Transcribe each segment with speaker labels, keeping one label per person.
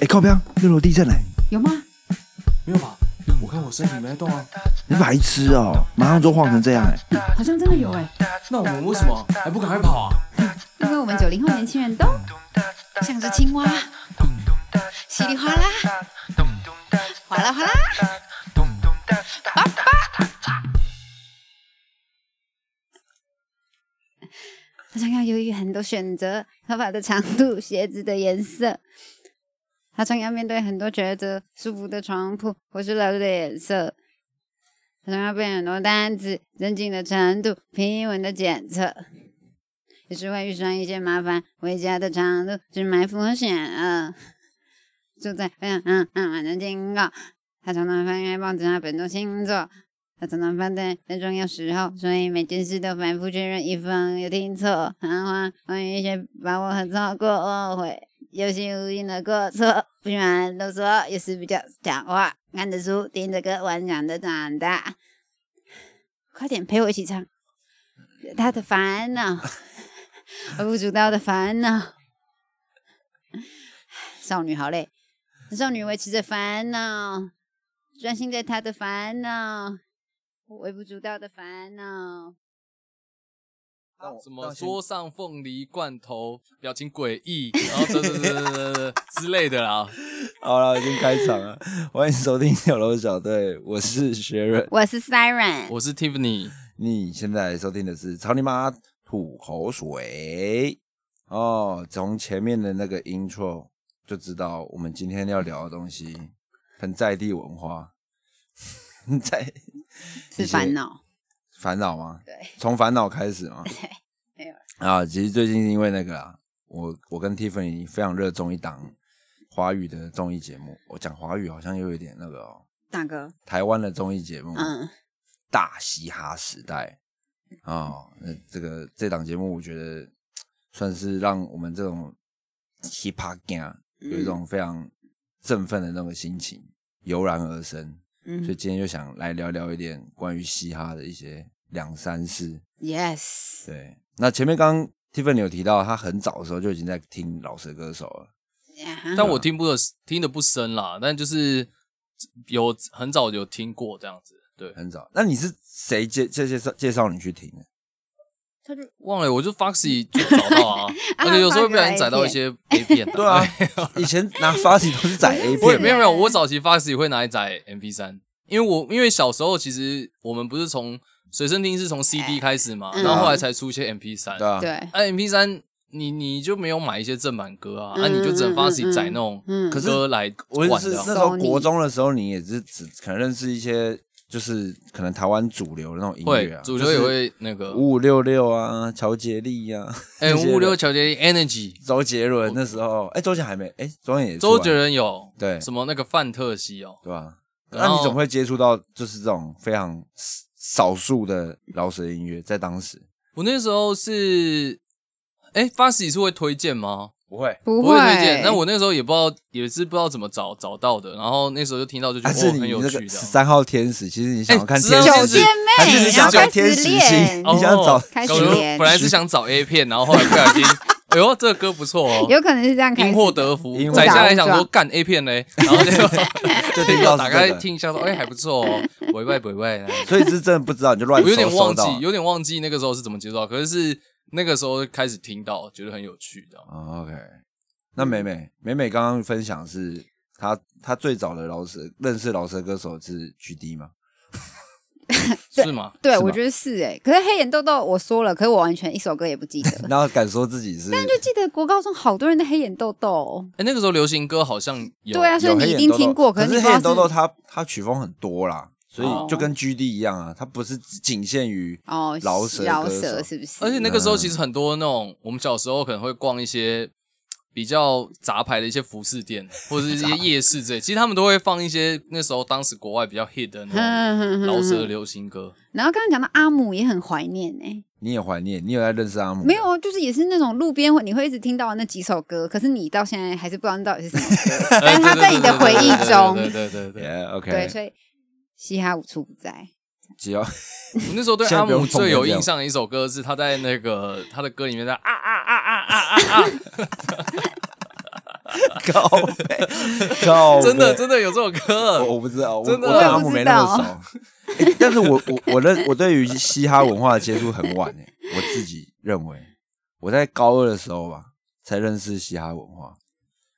Speaker 1: 哎，靠边，六楼地震嘞、
Speaker 2: 有吗？
Speaker 3: 没有吧？我看我身体没在动啊。
Speaker 1: 你白痴哦、马上就晃成这样哎、
Speaker 2: 好像真的有哎、
Speaker 3: 那我们为什么还不赶快跑啊？
Speaker 2: 因为我们九零后年轻人都像只青蛙，
Speaker 3: 嗯
Speaker 2: 稀里哗啦，哗啦哗啦。
Speaker 3: 嗯
Speaker 2: 好像要犹豫很多选择，头发的长度、鞋子的颜色，好像要面对很多抉择，舒服的床铺或是热的颜色，好像要背很多单词，增进的程度，拼英文的检测。也是会遇上一些麻烦。回家的长路是埋伏险啊，住在嗯嗯嗯晚的警告。他常常翻开报纸啊，本周星座。他常常翻在在重要时候，所以每件事都反复确认一番，有听错。谈话关于一些把握和错过后悔，有心无意的过错，不喜欢都说，有时比较讲话，看着书，听着歌，顽强的长大。快点陪我一起唱他的烦恼。 微不足道的烦恼。少女好累，少女维持着烦恼，专心在她的烦恼，微不足道的烦恼。
Speaker 3: 什么桌上凤梨罐头，表情诡异，然后这这这这这之类的啦。
Speaker 1: 好了，已经开场了，欢迎收听六楼小队，我是学润。
Speaker 2: 我是 Siren，
Speaker 3: 我是 Tiffany，
Speaker 1: 你现在收听的是《操你妈吐口水》哦，从前面的那个 intro 就知道我们今天要聊的东西很在地文化， 在
Speaker 2: 是烦恼。
Speaker 1: 烦恼吗？
Speaker 2: 对，
Speaker 1: 从烦恼开 始吗？对，
Speaker 2: 没有了
Speaker 1: 啊。其实最近是因为那个啊，我我跟 Tiffany 非常热衷一档华语的综艺节目，我讲华语好像又有点那个、哦、
Speaker 2: 大哥，
Speaker 1: 台湾的综艺节目，
Speaker 2: 嗯，
Speaker 1: 大嘻哈时代啊、那这个这档节目，我觉得算是让我们这种 hip
Speaker 2: 嗯
Speaker 1: hop gang 有一种非常振奋的那种心情油然而生，所以
Speaker 2: 嗯
Speaker 1: 今天就想来聊聊一点关于嘻哈的一些两三事。
Speaker 2: ，Yes，
Speaker 1: 对，那前面刚刚 Tiffany 有提到，他很早的时候就已经在听老舌歌手了。
Speaker 2: 嗯
Speaker 3: 但我听不的听的不深啦，但就是有很早有听过这样子。对，
Speaker 1: 很早，那你是谁介介介绍介绍你去听的？
Speaker 2: 他就
Speaker 3: 忘了，我就 Foxy 就找到 啊，而且有时候会不小心载到一些 A 片。
Speaker 1: 对啊， 以前拿 Fuzzy 都是载 A
Speaker 3: 我也
Speaker 1: 片
Speaker 3: 没有
Speaker 1: 的，
Speaker 3: 没有，我早期发 a 会拿来载 MP 三，因为我因为小时候其实我们不是从随身听是从 CD 开始嘛，
Speaker 2: 嗯
Speaker 3: 然后后来才出现 MP 三。
Speaker 1: 对啊，
Speaker 2: 对，
Speaker 3: 哎，MP 三你你就没有买一些正版歌啊，
Speaker 2: 嗯
Speaker 3: 啊你就只能发 a 载那种
Speaker 2: 嗯，
Speaker 1: 可是
Speaker 3: 歌来
Speaker 1: 我也
Speaker 3: 玩
Speaker 1: 是
Speaker 3: 的
Speaker 1: 那时
Speaker 3: 啊。
Speaker 1: 候国中的时候，你也是只可能认识一些，就是可能台湾主流的那种音
Speaker 3: 会
Speaker 1: 乐啊，
Speaker 3: 主流也会那个，
Speaker 1: 五五六六啊，乔杰利啊，
Speaker 3: 哎，
Speaker 1: 那些
Speaker 3: 五五
Speaker 1: 人
Speaker 3: 六小杰 Energy，
Speaker 1: 周杰伦那时候，哎，周杰还没，哎，周杰也出来
Speaker 3: 周杰伦有
Speaker 1: 对
Speaker 3: 什么那个范特西哦，
Speaker 1: 对吧？那
Speaker 3: 然后
Speaker 1: 你怎么会接触到就是这种非常少数的饶舌音乐？在当时
Speaker 3: 我那时候是，哎，发 a 是会推荐吗？
Speaker 1: 不会，
Speaker 2: 不
Speaker 3: 不会推荐。那我那时候也不知道，也是不知道怎么找找到的。然后那时候就听到就觉
Speaker 1: 还
Speaker 3: 得、
Speaker 1: 是
Speaker 3: 哦
Speaker 1: 你
Speaker 3: 很有
Speaker 1: 那
Speaker 3: 趣
Speaker 1: 个
Speaker 3: 的
Speaker 1: 十。三号天使？其实你想要看天
Speaker 3: 哎
Speaker 1: 使
Speaker 2: 九
Speaker 3: 十三
Speaker 2: 天
Speaker 3: 号，
Speaker 1: 还
Speaker 2: 妹，
Speaker 1: 是你
Speaker 2: 然
Speaker 1: 想
Speaker 2: 后
Speaker 1: 要看
Speaker 2: 开
Speaker 1: 天
Speaker 2: 始
Speaker 1: 使星？
Speaker 2: 练，
Speaker 3: 哦
Speaker 1: 你想找
Speaker 2: 开始
Speaker 3: 搞得我
Speaker 2: 练
Speaker 3: 本来是想找 A 片，然后后来不小心， 哎呦，这个歌不错哦，
Speaker 2: 有可能是这样开
Speaker 3: 因
Speaker 2: 始
Speaker 3: 祸
Speaker 2: 的。
Speaker 3: 得福
Speaker 1: 因，祸
Speaker 3: 载下来
Speaker 2: 得福
Speaker 3: 想说干 A 片嘞，然后就
Speaker 1: 就听
Speaker 3: 听
Speaker 1: 到是
Speaker 3: 到打
Speaker 1: 这
Speaker 3: 开
Speaker 1: 个，
Speaker 3: 听一下说，哎，还不错哦，委外委外。
Speaker 1: 所以是真的不知道，你就
Speaker 3: 我
Speaker 1: 乱
Speaker 3: 有点
Speaker 1: 搜搜
Speaker 3: 忘记
Speaker 1: 到，。
Speaker 3: 有点忘记那个时候是怎么接触到，可是是那个时候开始听到，觉得很有趣的。
Speaker 1: 哦 OK，那美美美美刚刚分享是她她最早的饶舌认识饶舌歌手是 GD 吗？
Speaker 3: 是吗？
Speaker 2: 对，
Speaker 1: 是吗
Speaker 2: 我觉得是哎、可是黑眼豆豆我说了，可是我完全一首歌也不记得。
Speaker 1: 然后敢说自己是，
Speaker 2: 就记得国高中好多人的黑眼豆豆哦，
Speaker 3: 哎，那个时候流行歌好像有，
Speaker 2: 对啊，所以
Speaker 1: 有
Speaker 2: 你
Speaker 1: 黑
Speaker 2: 一
Speaker 1: 眼
Speaker 2: 定
Speaker 1: 豆豆
Speaker 2: 听过，
Speaker 1: 可
Speaker 2: 是你
Speaker 1: 黑
Speaker 2: 不知道
Speaker 1: 眼
Speaker 2: 是
Speaker 1: 豆豆他他曲风很多啦，所
Speaker 2: 哦
Speaker 1: 以就跟 GD 一样啊，他不是只仅限于
Speaker 2: 哦
Speaker 1: 饶舌
Speaker 2: 饶
Speaker 1: 歌
Speaker 2: 舌
Speaker 1: 手，
Speaker 2: 是不是？
Speaker 3: 而且那个时候
Speaker 1: 嗯
Speaker 3: 其实很多那种，我们小时候可能会逛一些比较杂牌的一些服饰店，或者是一些夜市之类，其实他们都会放一些那时候当时国外比较 hit 的那
Speaker 2: 嗯哼
Speaker 3: 种
Speaker 2: 哼
Speaker 3: 饶舌
Speaker 2: 哼
Speaker 3: 流行歌。
Speaker 2: 然后刚刚讲到阿姆也很怀念哎、
Speaker 1: 你也怀念，你有在认识阿姆？
Speaker 2: 没有，啊，就是也是那种路边会你会一直听到的那几首歌，可是你到现在还是不知道到底是什么 歌，但是它在你的回忆中，
Speaker 3: 对对对对对对对对。
Speaker 1: Yeah,
Speaker 2: 对，
Speaker 1: OK，
Speaker 2: 所以嘻哈无处不在。
Speaker 1: 只要
Speaker 3: 我那时候对阿姆最有印象的一首歌是他在那个他的歌里面在啊啊啊啊啊啊啊，
Speaker 1: 靠 背，靠背
Speaker 3: 真的真的有这首歌，
Speaker 1: 我我不知道，我
Speaker 3: 真的
Speaker 1: 我对阿姆没那么 熟。欸但是我我我认我对于嘻哈文化的接触很晚诶、我自己认为我在高二的时候吧，才认识嘻哈文化，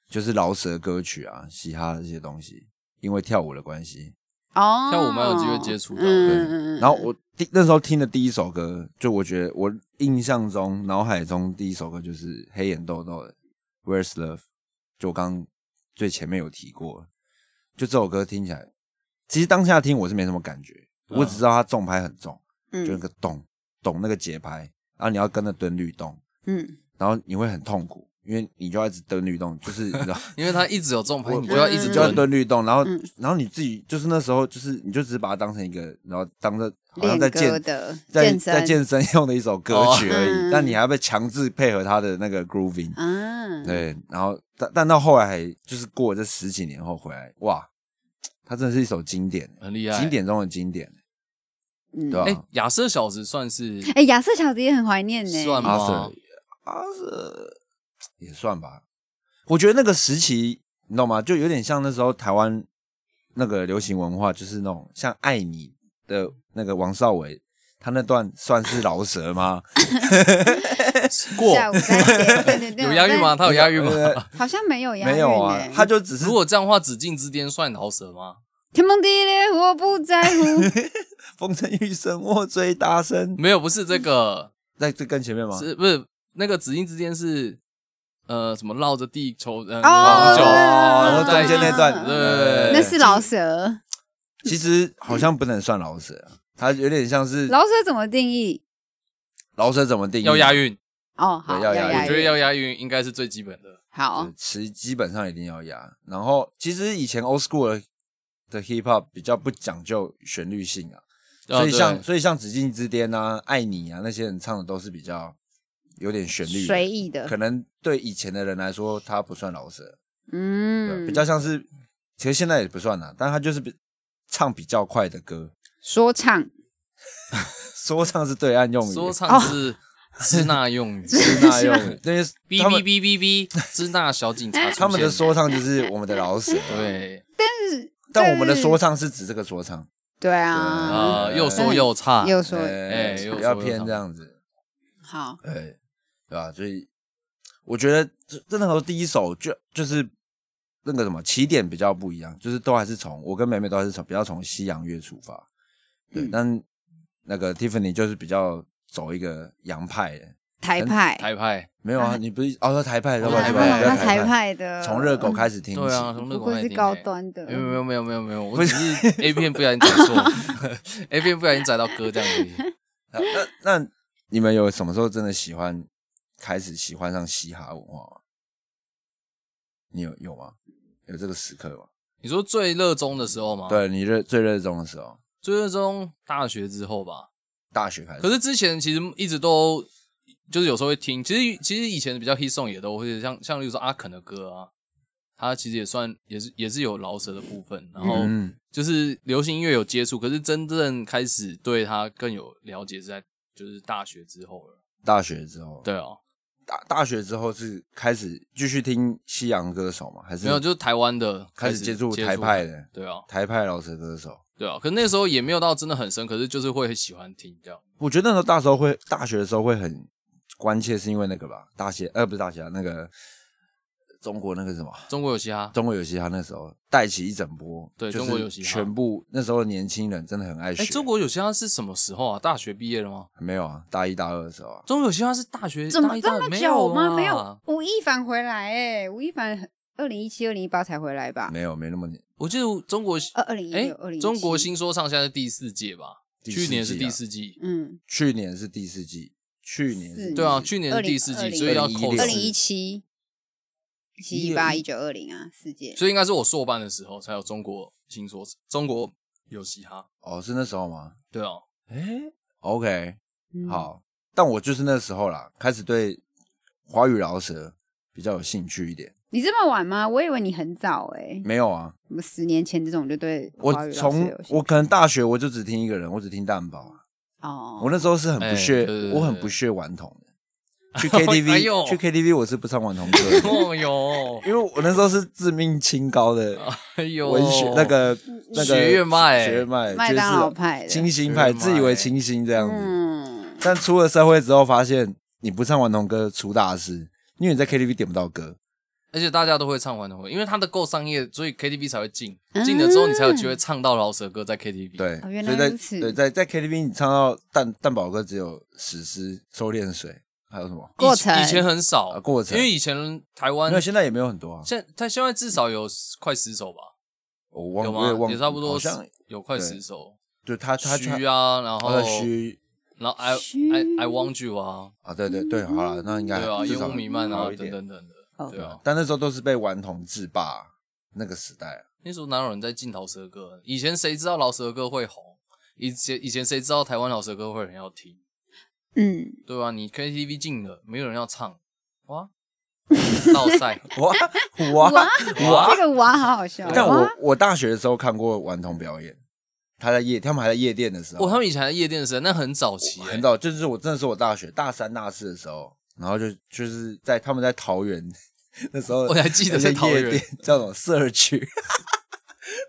Speaker 1: 就是饶舌歌曲啊、嘻哈这些东西，因为跳舞的关系。
Speaker 2: 哦，
Speaker 3: 像我们有机会接触到
Speaker 1: 对，
Speaker 2: 嗯嗯嗯，
Speaker 1: 然后我第那时候听的第一首歌，就我觉得我印象中、脑海中第一首歌就是黑眼豆豆的《Where's Love》，就我刚最前面有提过了，就这首歌听起来，其实当下听我是没什么感觉，
Speaker 3: 嗯
Speaker 1: 我只知道它重拍很重，就那
Speaker 2: 嗯
Speaker 1: 个咚咚那个节拍，然后你要跟着蹲律动，
Speaker 2: 嗯，
Speaker 1: 然后你会很痛苦，因为你就要一直蹲律动，就是你知 道。
Speaker 3: 因为它一直有重拍，
Speaker 1: 我
Speaker 3: 你就要一
Speaker 1: 你
Speaker 3: 直
Speaker 1: 就要
Speaker 3: 蹲。
Speaker 1: 蹲律动，然后、
Speaker 2: 嗯
Speaker 1: 然后你自己就是那时候就是你就只是把它当成一个，然后当着好像
Speaker 2: 嗯练
Speaker 1: 在
Speaker 2: 歌
Speaker 1: 健
Speaker 2: 的
Speaker 1: 在
Speaker 2: 健身
Speaker 1: 在健身 用的一首歌曲而已，
Speaker 2: 哦嗯
Speaker 1: 但你还要被强制配合他的那个 grooving，、
Speaker 2: 啊，
Speaker 1: 对，然后但但到后来还就是过了这十几年后回来，哇，它真的是一首经典，
Speaker 3: 很厉害
Speaker 1: 经典中的经典，
Speaker 2: 嗯
Speaker 1: 对啊吧、
Speaker 3: 哎，亚瑟小子算是
Speaker 2: 哎，亚瑟小子也很怀念呢，
Speaker 3: 算
Speaker 1: 阿
Speaker 3: 吗
Speaker 1: Sir，？阿 Sir 也算吧。我觉得那个时期，你懂吗？就有点像那时候台湾那个流行文化，就是那种像《爱你》的那个王少伟，他那段算是饶舌吗？
Speaker 3: 过
Speaker 2: 下午再见对对 对
Speaker 3: 有押韵吗？？他有押韵吗？
Speaker 1: 呃
Speaker 2: 但好像没有 押韵
Speaker 1: 没有啊
Speaker 2: 欸，
Speaker 1: 他就只是
Speaker 3: 如果这样的话，《紫禁之巅》算饶舌吗？
Speaker 2: 天崩地裂，我不 在乎。
Speaker 1: 风声雨声我最大声，
Speaker 3: 没有，不是这个，
Speaker 1: 在这更前面吗？
Speaker 3: 是不是那个《紫禁之巅》是呃什么绕着地球呃
Speaker 2: 哦
Speaker 3: 那个
Speaker 2: 对
Speaker 3: 绕
Speaker 1: 哦，中
Speaker 3: 对
Speaker 1: 间那段，
Speaker 3: 对对对
Speaker 2: 那 是老蛇，
Speaker 1: 其实好像不能算饶舌啊，它有点像是
Speaker 2: 老蛇怎么定义？
Speaker 1: 饶舌怎么定义？
Speaker 3: 要押韵，
Speaker 2: 哦，好，
Speaker 1: 对要押韵
Speaker 3: 我
Speaker 2: 押
Speaker 3: 觉得
Speaker 2: 韵，
Speaker 3: 要押韵应该是最基本的。
Speaker 2: 好
Speaker 1: 对，词基本上一定要压。然后其实以前 old school 的的 hip hop 比较不讲究旋律性啊，
Speaker 3: 啊
Speaker 1: 所以像
Speaker 3: 对
Speaker 1: 所以像《紫禁之巅》啊、《爱你》啊那些人唱的都是比较有点旋律的，
Speaker 2: 随意的
Speaker 1: 可，能对以前的人来说，它不算饶舌，对，啊
Speaker 2: 嗯，
Speaker 1: 比较像是其实现在也不算啦、但它就是比唱比较快的歌，
Speaker 2: 说唱，
Speaker 1: 说唱是对岸用语，
Speaker 3: 说唱是支那用语，
Speaker 1: 是 那用 语，那些
Speaker 3: 哔
Speaker 1: 他们
Speaker 3: 哔哔哔哔，支那小警
Speaker 2: 哎
Speaker 3: 察出现。
Speaker 1: 他们的说唱就是我们的饶舌，，
Speaker 3: 对
Speaker 1: 但我们的说唱是指这个说唱。
Speaker 2: 对
Speaker 1: 对
Speaker 2: 啊，
Speaker 3: 啊，又说又唱，
Speaker 2: 又说
Speaker 1: 哎，
Speaker 3: 哎
Speaker 1: 比
Speaker 3: 又
Speaker 1: 较
Speaker 3: 说
Speaker 1: 偏
Speaker 3: 到
Speaker 1: 这样子，
Speaker 2: 好，
Speaker 1: 哎，对吧、所以我觉得这真的和第一首就就是那个什么起点比较不一样，就是都还是从我跟美美都还是从比较从西洋乐出发，对，
Speaker 2: 嗯
Speaker 1: 但那个 Tiffany 就是比较走一个洋派的，
Speaker 2: 台派，
Speaker 3: 台派，
Speaker 1: 没有啊，
Speaker 2: 啊
Speaker 1: 你不是哦，说台派，
Speaker 3: 台
Speaker 1: 说台
Speaker 3: 派啊
Speaker 1: 派，
Speaker 2: 他
Speaker 1: 说
Speaker 2: 台
Speaker 1: 派，嗯
Speaker 2: 派的，
Speaker 1: 从热狗开始听起，
Speaker 3: 对啊，从那
Speaker 2: 不
Speaker 3: 个
Speaker 2: 愧是高端的
Speaker 3: 没，有没有没有没有没有，我只是 A 片不小心载错 ，A 片不小心载到歌这样而已。
Speaker 1: 啊那那你们有什么时候真的喜欢开始喜欢上嘻哈文化吗？你有有吗？有这个时刻吗？
Speaker 3: 你说最热衷的时候吗？，
Speaker 1: 对你热最热衷的时候，
Speaker 3: 最热衷大学之后吧。
Speaker 1: 大学开始。
Speaker 3: 可是之前其实一直都就是有时候会听，其实其实以前比较 hit song 也都会像像例如说阿肯的歌啊，他其实也算也是也是有饶舌的部分，然后
Speaker 1: 嗯，
Speaker 3: 就是流行音乐有接触，可是真正开始对他更有了解是在就是大学之后了。
Speaker 1: 大学之后，
Speaker 3: 对哦，
Speaker 1: 大大学之后是开始继续听西洋歌手吗？还是
Speaker 3: 没有就是台湾的
Speaker 1: 开
Speaker 3: 始
Speaker 1: 始接触
Speaker 3: 接
Speaker 1: 台派。的
Speaker 3: 对啊，
Speaker 1: 台派饶舌歌手？
Speaker 3: 对啊，可是那时候也没有到真的很深，可是就是会喜欢听这样。
Speaker 1: 我觉得那时候大时候会大学的时候会很关切，是因为那个吧，大学呃不是大学啊，那个中国那个什么。
Speaker 3: 中国有嘻哈，
Speaker 1: 中国有嘻哈那时候带起一整波，
Speaker 3: 对
Speaker 1: 就是
Speaker 3: 中国有嘻哈
Speaker 1: 全部那时候的年轻人真的很爱学。
Speaker 3: 哎，中国有嘻哈是什么时候啊？大学毕业了吗？
Speaker 1: 没有啊，大一大二的时候啊，
Speaker 3: 中国有嘻哈是大学
Speaker 2: 怎
Speaker 3: 大
Speaker 2: 么
Speaker 3: 一大
Speaker 2: 这么
Speaker 3: 没
Speaker 2: 久
Speaker 3: 有啊
Speaker 2: 吗？
Speaker 3: 啦
Speaker 2: 没有，，吴亦凡回来哎，吴亦凡二零一七、二零一八才回来吧？
Speaker 1: 没有没那么年
Speaker 3: 我记得中国
Speaker 2: 二二零一
Speaker 3: 哎
Speaker 2: 六、二零，
Speaker 3: 中国新说唱现在是第四届吧？
Speaker 1: 第四
Speaker 3: 去年是
Speaker 1: 季啊
Speaker 3: 第四季，
Speaker 2: 嗯，
Speaker 1: 去年是第四季，去年是
Speaker 2: 是
Speaker 3: 对啊，去年是
Speaker 2: 20
Speaker 3: 第四季，
Speaker 2: 20
Speaker 3: 所以要扣
Speaker 1: 2016
Speaker 2: 二
Speaker 3: 四
Speaker 2: 零一七、一七一八、一九二零啊，世界
Speaker 3: 所以应该是我硕班的时候才有中国新说中国有嘻哈。
Speaker 1: 哦，是那时候吗？
Speaker 3: 对 哦，
Speaker 1: 哎、o k
Speaker 2: 嗯
Speaker 1: 好，但我就是那时候啦，开始对华语饶舌比较有兴趣一点。
Speaker 2: 你这么晚吗？我以为你很早哎、欸，
Speaker 1: 没有啊，
Speaker 2: 什么十年前这种就对华
Speaker 1: 我
Speaker 2: 语老师
Speaker 1: 从
Speaker 2: 有兴趣
Speaker 1: 我可能大学我就只听一个人，我只听蛋堡啊、
Speaker 2: 哦，
Speaker 1: 我那时候是很不
Speaker 3: 哎
Speaker 1: 屑，
Speaker 3: 对对对
Speaker 1: 我很不屑顽童的。去
Speaker 3: 哎呦
Speaker 1: KTV，去 KTV 我是不唱顽童歌 的，
Speaker 3: 哦哟，
Speaker 1: 因为我那时候是致命清高的
Speaker 3: 哎呦，
Speaker 1: 文学那个那个
Speaker 3: 学院派
Speaker 1: 学院派
Speaker 2: 麦当劳派
Speaker 1: 就
Speaker 2: 的
Speaker 1: 是清新派，
Speaker 3: 学院派
Speaker 1: 自以为清新这样子。
Speaker 2: 嗯，
Speaker 1: 但出了社会之后，发现你不唱顽童歌出大事，因为你在 KTV 点不到歌。
Speaker 3: 而且大家都会唱顽童歌，因为它的够商业，所以 KTV 才会进
Speaker 2: 嗯，
Speaker 3: 进了之后你才有机会唱到老舍歌在 KTV。，
Speaker 1: 对，
Speaker 2: 哦原
Speaker 1: 所以
Speaker 2: 来
Speaker 1: 在
Speaker 2: 如此
Speaker 1: 对在在 KTV 你唱到蛋蛋堡歌只有史诗、收敛水，还有什么？
Speaker 2: 过程
Speaker 3: 以前很少
Speaker 1: 啊过程
Speaker 3: 因为以前台湾
Speaker 1: 没有，现在也没有很多啊，
Speaker 3: 嗯现他现在至少有快十首吧，
Speaker 1: 我忘
Speaker 3: 有
Speaker 1: 我也
Speaker 3: 吗？
Speaker 1: 忘，
Speaker 3: 也差不多
Speaker 1: 好像
Speaker 3: 有快
Speaker 1: 对
Speaker 3: 十首。
Speaker 1: 就他他他
Speaker 3: 虚啊，然后
Speaker 1: 呃虚
Speaker 3: 然后 I
Speaker 2: 虚
Speaker 3: I I want you 啊，
Speaker 1: 啊，对对对，好了，那应该
Speaker 3: 对啊，
Speaker 1: 至
Speaker 3: 烟
Speaker 1: 少
Speaker 3: 雾弥漫啊，
Speaker 1: 好一
Speaker 3: 等
Speaker 1: 点。
Speaker 3: 等等的，
Speaker 2: 哦
Speaker 3: 对啊。
Speaker 1: 但那时候都是被顽童制霸那个时代啊，
Speaker 3: 那时候哪有人在进老舌歌？啊以前谁知道老舌歌会红？以前以前谁知道台湾老舌歌会有人要听？
Speaker 2: 嗯，
Speaker 3: 对啊，你 KTV 进了，没有人要唱，哇，闹 赛
Speaker 1: 哇
Speaker 3: 啊
Speaker 1: 哇！
Speaker 2: 哇，这个哇好好笑，
Speaker 1: 啊但我
Speaker 2: 哇
Speaker 1: 我大学的时候看过顽童表演，他在夜，他们还在夜店的时候，
Speaker 3: 哇！他们以前在夜店的时候，那很早期、
Speaker 1: 哦
Speaker 3: 欸，
Speaker 1: 很早，就是我真的是我大学大三大四的时候，然后就就是在他们在桃园那时候，
Speaker 3: 我还记得在
Speaker 1: 在
Speaker 3: 桃园
Speaker 1: 叫什么社区。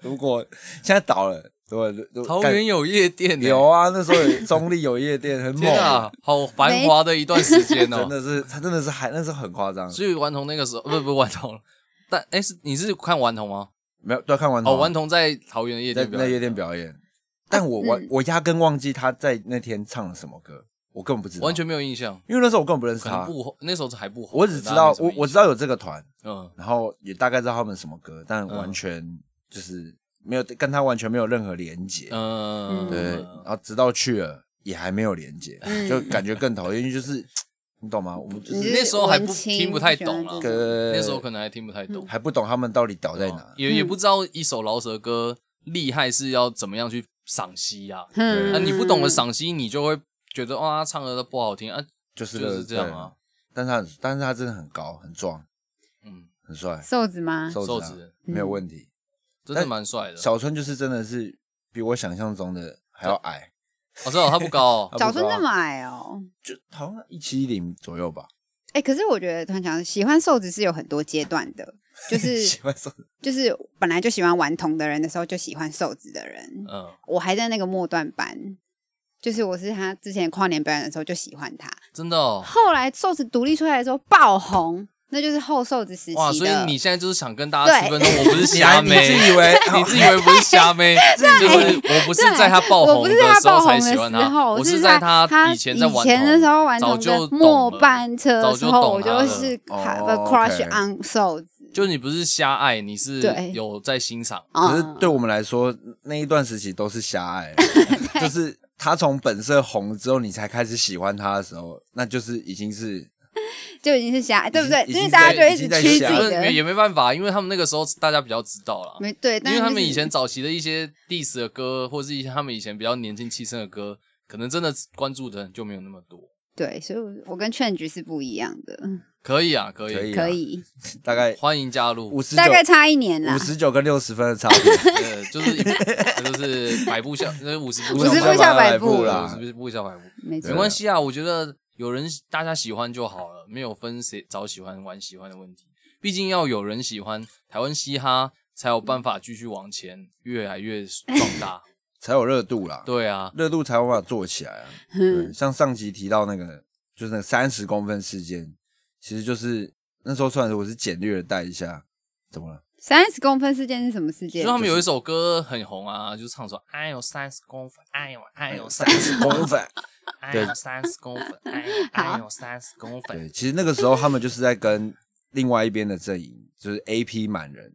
Speaker 1: 如果现在倒了，如果如
Speaker 3: 桃园有夜店、
Speaker 1: 干
Speaker 3: 欸，
Speaker 1: 有啊，那时候有中立有夜店，很猛
Speaker 3: 天啊，好繁华的一段时间
Speaker 1: 真
Speaker 3: 哦、
Speaker 1: 的是他真的是还那时候很夸张，
Speaker 3: 所以顽童那个时候，不不顽童，但哎、是你是看顽童吗？
Speaker 1: 没有都要看顽童
Speaker 3: 哦，
Speaker 1: 啊，
Speaker 3: 顽童在桃园的夜啊
Speaker 1: 在
Speaker 3: 店表
Speaker 1: 在
Speaker 3: 演，
Speaker 1: 夜店表演，但我我
Speaker 2: 嗯
Speaker 1: 我压根忘记他在那天唱了什么歌，我根本不知道，
Speaker 3: 完全没有印象，
Speaker 1: 因为那时候我根本不认识
Speaker 3: 可能
Speaker 1: 他，
Speaker 3: 不红，那时候还不红，
Speaker 1: 我只知道
Speaker 3: 大家没
Speaker 1: 我
Speaker 3: 什么
Speaker 1: 我
Speaker 3: 印
Speaker 1: 知道有这个团，
Speaker 3: 象嗯。
Speaker 1: 然后也大概知道他们什么歌，但完全就是没有跟他完全没有任何连接，
Speaker 3: 嗯，
Speaker 1: 对，然后直到去了也还没有连接，
Speaker 2: 嗯
Speaker 1: 就感觉更讨厌，因为就是你懂吗？我们就是
Speaker 2: 你
Speaker 3: 那时候还不
Speaker 2: 文青
Speaker 3: 听不太懂
Speaker 2: 喜欢
Speaker 3: 啊，
Speaker 2: 这
Speaker 1: 个
Speaker 3: 那时候可能还听不太
Speaker 2: 嗯
Speaker 3: 懂，哦
Speaker 1: 还不懂他们到底倒在哪，
Speaker 3: 也也不知道一首饶舌歌厉害是要怎么样去赏析啊。
Speaker 2: 嗯，
Speaker 3: 那你不懂得赏析，你就会觉得哇，他唱的都不好听啊，
Speaker 1: 就是
Speaker 3: 就是这样啊。。
Speaker 1: 对但是他很但是他真的很高很壮
Speaker 3: 嗯，
Speaker 1: 很帅，
Speaker 2: 瘦子吗？
Speaker 1: 瘦
Speaker 3: 瘦
Speaker 1: 啊
Speaker 3: 子
Speaker 1: 没
Speaker 2: 嗯
Speaker 1: 有问题。
Speaker 3: 真的蛮帅的。
Speaker 1: 小春就是真的是比我想象中的还要矮，
Speaker 3: 我知道他不高 哦，
Speaker 1: 他
Speaker 2: 小
Speaker 1: 不
Speaker 2: 春
Speaker 1: 高啊
Speaker 2: 这么矮哦。
Speaker 1: 就好像一七零左右吧。
Speaker 2: 哎、可是我觉得突然想，喜欢瘦子是有很多阶段的，就是
Speaker 1: 喜欢瘦，
Speaker 2: 就是本来就喜欢顽童的人的时候，就喜欢瘦子的人。
Speaker 3: 嗯，
Speaker 2: 我还在那个末段班，就是我是他之前跨年表演的时候就喜欢他，
Speaker 3: 真的哦。
Speaker 2: 后来瘦子独立出来的时候爆红，那就是后瘦子时期的。
Speaker 3: 哇，所以你现在就是想跟大家区分说，我不 是
Speaker 1: 你还
Speaker 3: 瞎
Speaker 1: 你
Speaker 3: 妹，
Speaker 1: 自以为
Speaker 2: 哎
Speaker 3: 你自以为不是瞎 妹，就是我不是在他爆
Speaker 2: 我不
Speaker 3: 红的
Speaker 2: 是在他
Speaker 3: 时
Speaker 2: 爆
Speaker 3: 候
Speaker 2: 红
Speaker 3: 才
Speaker 2: 的
Speaker 3: 喜
Speaker 2: 时
Speaker 3: 欢他，
Speaker 2: 候，
Speaker 3: 我
Speaker 2: 是
Speaker 3: 在
Speaker 2: 他
Speaker 3: 他以
Speaker 2: 前
Speaker 3: 前在
Speaker 2: 以
Speaker 3: 玩
Speaker 2: 的时候
Speaker 3: 玩
Speaker 2: 玩
Speaker 3: 早
Speaker 2: 童
Speaker 3: 就
Speaker 2: 的
Speaker 3: 懂
Speaker 2: 末
Speaker 3: 了
Speaker 2: 班车
Speaker 3: 早
Speaker 2: 的时
Speaker 3: 就
Speaker 2: 候，
Speaker 3: 懂
Speaker 2: 我
Speaker 3: 他
Speaker 2: 就
Speaker 3: 了
Speaker 2: 是
Speaker 1: 哦
Speaker 2: crush-
Speaker 1: OK
Speaker 2: crush on 瘦子。
Speaker 3: 就你不是瞎爱，你是
Speaker 2: 对
Speaker 3: 有在欣赏。
Speaker 1: 可是
Speaker 2: 嗯
Speaker 1: 对我们来说那一段时期都是狭隘，就是他从本色红之后，你才开始喜欢他的时候，那就是已经是
Speaker 2: 就已经是狭隘，对不对？
Speaker 1: 已经
Speaker 2: 就是大家就一
Speaker 1: 已
Speaker 2: 直
Speaker 1: 经在
Speaker 2: 趋自己
Speaker 1: 狭隘
Speaker 3: 也
Speaker 2: 的，
Speaker 3: 也没办法，因为他们那个时候大家比较知道啦，
Speaker 2: 没对，
Speaker 3: 因
Speaker 2: 但
Speaker 3: 为
Speaker 2: 是
Speaker 3: 他
Speaker 2: 就
Speaker 3: 们
Speaker 2: 是
Speaker 3: 以前早期的一些 diss 的歌，或是一些他们以前比较年轻气盛的歌，可能真的关注的人就没有那么多。
Speaker 2: 对，所以我我跟劝局是不一样的，
Speaker 3: 可以啊，可以，
Speaker 1: 可以啊
Speaker 2: 可以，
Speaker 1: 大概
Speaker 3: 欢迎加入
Speaker 1: 五。十九
Speaker 2: 大概差一年啦
Speaker 1: 五。十九跟六十分的差 别，
Speaker 3: 呃，就是一就是百步笑，就是五十步
Speaker 2: 五十步
Speaker 3: 笑
Speaker 1: 下
Speaker 2: 笑
Speaker 1: 百
Speaker 2: 百
Speaker 1: 步
Speaker 2: 步
Speaker 1: 啦
Speaker 3: 五，十步笑百步，
Speaker 2: 没错
Speaker 3: 没，关系啊。我觉得有人大家喜欢就好了，没有分谁早喜欢晚喜欢的问题。毕竟要有人喜欢台湾嘻哈，才有办法继续往前，越来越壮大。
Speaker 1: 才有热度啦。
Speaker 3: 对啊，
Speaker 1: 热度才有办法做起来啊。
Speaker 2: 嗯
Speaker 1: 对，像上集提到那个，就是那三十公分事件，其实就是那时候虽然我是简略的带一下，怎么了？
Speaker 2: 三十公分事件是什么事件
Speaker 3: 就？他们有一首歌很红啊，就唱说“哎呦三十公分，哎呦哎呦三
Speaker 1: 十 公分。
Speaker 3: 哎呦三十公分，哎呦哎呦三十公
Speaker 1: 对，
Speaker 3: 分
Speaker 1: 其实那个时候他们就是在跟另外一边的阵营，就是 AP 满人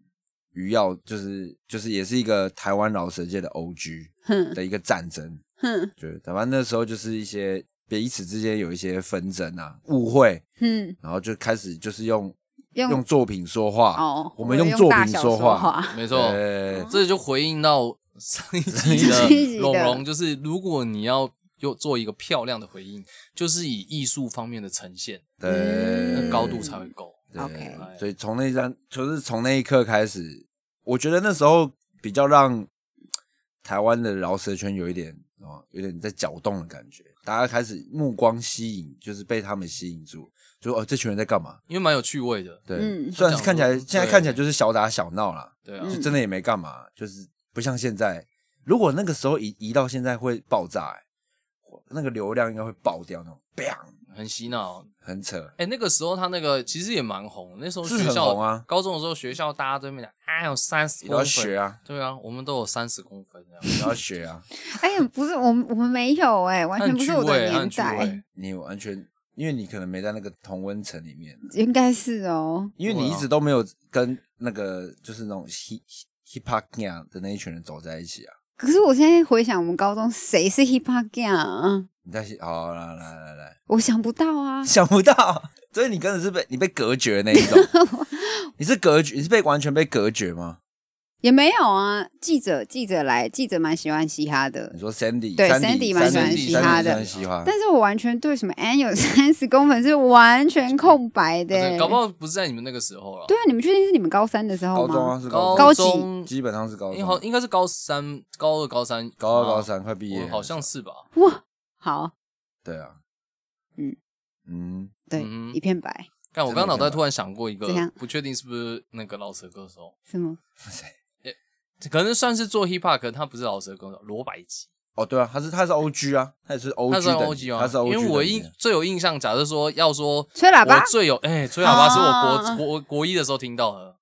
Speaker 1: 于耀，就是就是也是一个台湾饶舌界的 OG
Speaker 2: 哼
Speaker 1: 的一个战争。
Speaker 2: 哼
Speaker 1: 就是台湾那时候就是一些彼此之间有一些纷争啊、误会，
Speaker 2: 哼，
Speaker 1: 然后就开始就是用用
Speaker 2: 用
Speaker 1: 作品说话。
Speaker 3: 啊
Speaker 2: 哦，
Speaker 1: 我们用作
Speaker 2: 大
Speaker 1: 品
Speaker 2: 小
Speaker 1: 说话。
Speaker 2: 话，”，
Speaker 3: 没错，
Speaker 1: 对，
Speaker 3: 这就回应到上一集
Speaker 2: 上一集的
Speaker 3: 的龙龙，就是如果你要又做一个漂亮的回应，就是以艺术方面的呈现，
Speaker 1: 对，
Speaker 3: 那
Speaker 2: 嗯
Speaker 3: 高度才会够。
Speaker 1: 对
Speaker 2: OK
Speaker 1: 所以从那一张，就是从那一刻开始，我觉得那时候比较让台湾的饶舌圈有一点哦，有点在搅动的感觉。大家开始目光吸引，就是被他们吸引住，就哦，这群人在干嘛？
Speaker 3: 因为蛮有趣味的，
Speaker 1: 对，
Speaker 2: 嗯
Speaker 1: 虽然是看起来
Speaker 3: 不讲
Speaker 1: 现在看起来就是小打小闹啦，
Speaker 3: 对啊，
Speaker 1: 就
Speaker 2: 嗯
Speaker 1: 真的也没干嘛，就是不像现在。如果那个时候移移到现在会爆炸、欸，那个流量应该会爆掉那种，bang，
Speaker 3: 很洗脑。
Speaker 1: 很扯。
Speaker 3: 哎、那个时候他那个其实也蛮红，那时候
Speaker 1: 是
Speaker 3: 学
Speaker 1: 很
Speaker 3: 校
Speaker 1: 红啊
Speaker 3: 高中的时候学校大家都在那边讲，哎，有三十
Speaker 1: 也要
Speaker 3: 公
Speaker 1: 学
Speaker 3: 分，
Speaker 1: 啊，
Speaker 3: 对啊，我们都有三十公分这样，
Speaker 1: 也要学啊。
Speaker 2: 哎呀，不是，我们我们没有哎、完
Speaker 3: 它
Speaker 2: 全
Speaker 3: 很
Speaker 2: 不
Speaker 3: 趣
Speaker 2: 是我的
Speaker 3: 味，它
Speaker 2: 年
Speaker 3: 很趣
Speaker 2: 代，
Speaker 3: 味，
Speaker 1: 你完全，因为你可能没在那个同温层里面，
Speaker 2: 应该是哦。
Speaker 1: 因为你
Speaker 3: 啊
Speaker 1: 一直都没有跟那个就是那种 hip hip hop gang 的那一群人走在一起啊。
Speaker 2: 可是我现在回想，我们高中谁是 hip hop gang 啊？
Speaker 1: 你在好来来来来，
Speaker 2: 我想不到啊。
Speaker 1: 想不到，所以你根本是被你被隔绝那一种，你是隔绝，你是被完全被隔绝吗？
Speaker 2: 也没有啊，记者记者来，记者蛮喜欢嘻哈的
Speaker 1: 你，说 Sandy，
Speaker 2: 对
Speaker 1: Sandy
Speaker 2: Sandy 蛮
Speaker 3: 喜欢嘻哈的
Speaker 1: 嘻哈，
Speaker 2: 但是我完全对什么 N 有三十公分是完全空白的、
Speaker 3: 啊搞不好不是在你们那个时候了
Speaker 2: 对，啊，你们确定是你们高三的时候
Speaker 1: 高
Speaker 2: 吗？
Speaker 1: 中啊是
Speaker 3: 高
Speaker 1: 高
Speaker 2: 中
Speaker 3: 中
Speaker 1: 中，基本上是高
Speaker 3: 应好
Speaker 1: 中，啊
Speaker 3: 应该是高三、高二、高三、
Speaker 1: 高二
Speaker 3: 吗
Speaker 1: 高，三快毕业
Speaker 3: 我
Speaker 1: 了，
Speaker 3: 好像是吧？
Speaker 2: 哇，好，
Speaker 1: 对啊，
Speaker 2: 嗯
Speaker 1: 嗯，
Speaker 2: 对，
Speaker 3: 嗯哼
Speaker 2: 一片白，
Speaker 3: 但我
Speaker 1: 真的
Speaker 3: 刚脑
Speaker 1: 没
Speaker 3: 袋
Speaker 1: 办
Speaker 3: 突然想过一个
Speaker 2: 怎样，
Speaker 3: 不确定是不是那个老舌歌手，
Speaker 2: 是吗？
Speaker 3: 可能算是做 hip hop，可能他不是老舌歌手，罗百吉，
Speaker 1: 哦对啊，他是他是 OG 啊，他也是 OG，
Speaker 3: 他算
Speaker 1: 等
Speaker 3: OG 吗？
Speaker 1: 他是 OG，
Speaker 3: 哦因为我
Speaker 1: 等级
Speaker 3: 印最有印象，假设说要说
Speaker 2: 吹喇叭
Speaker 3: 我最有哎、吹喇叭是
Speaker 2: 啊
Speaker 3: 我国国国一的时候听到的，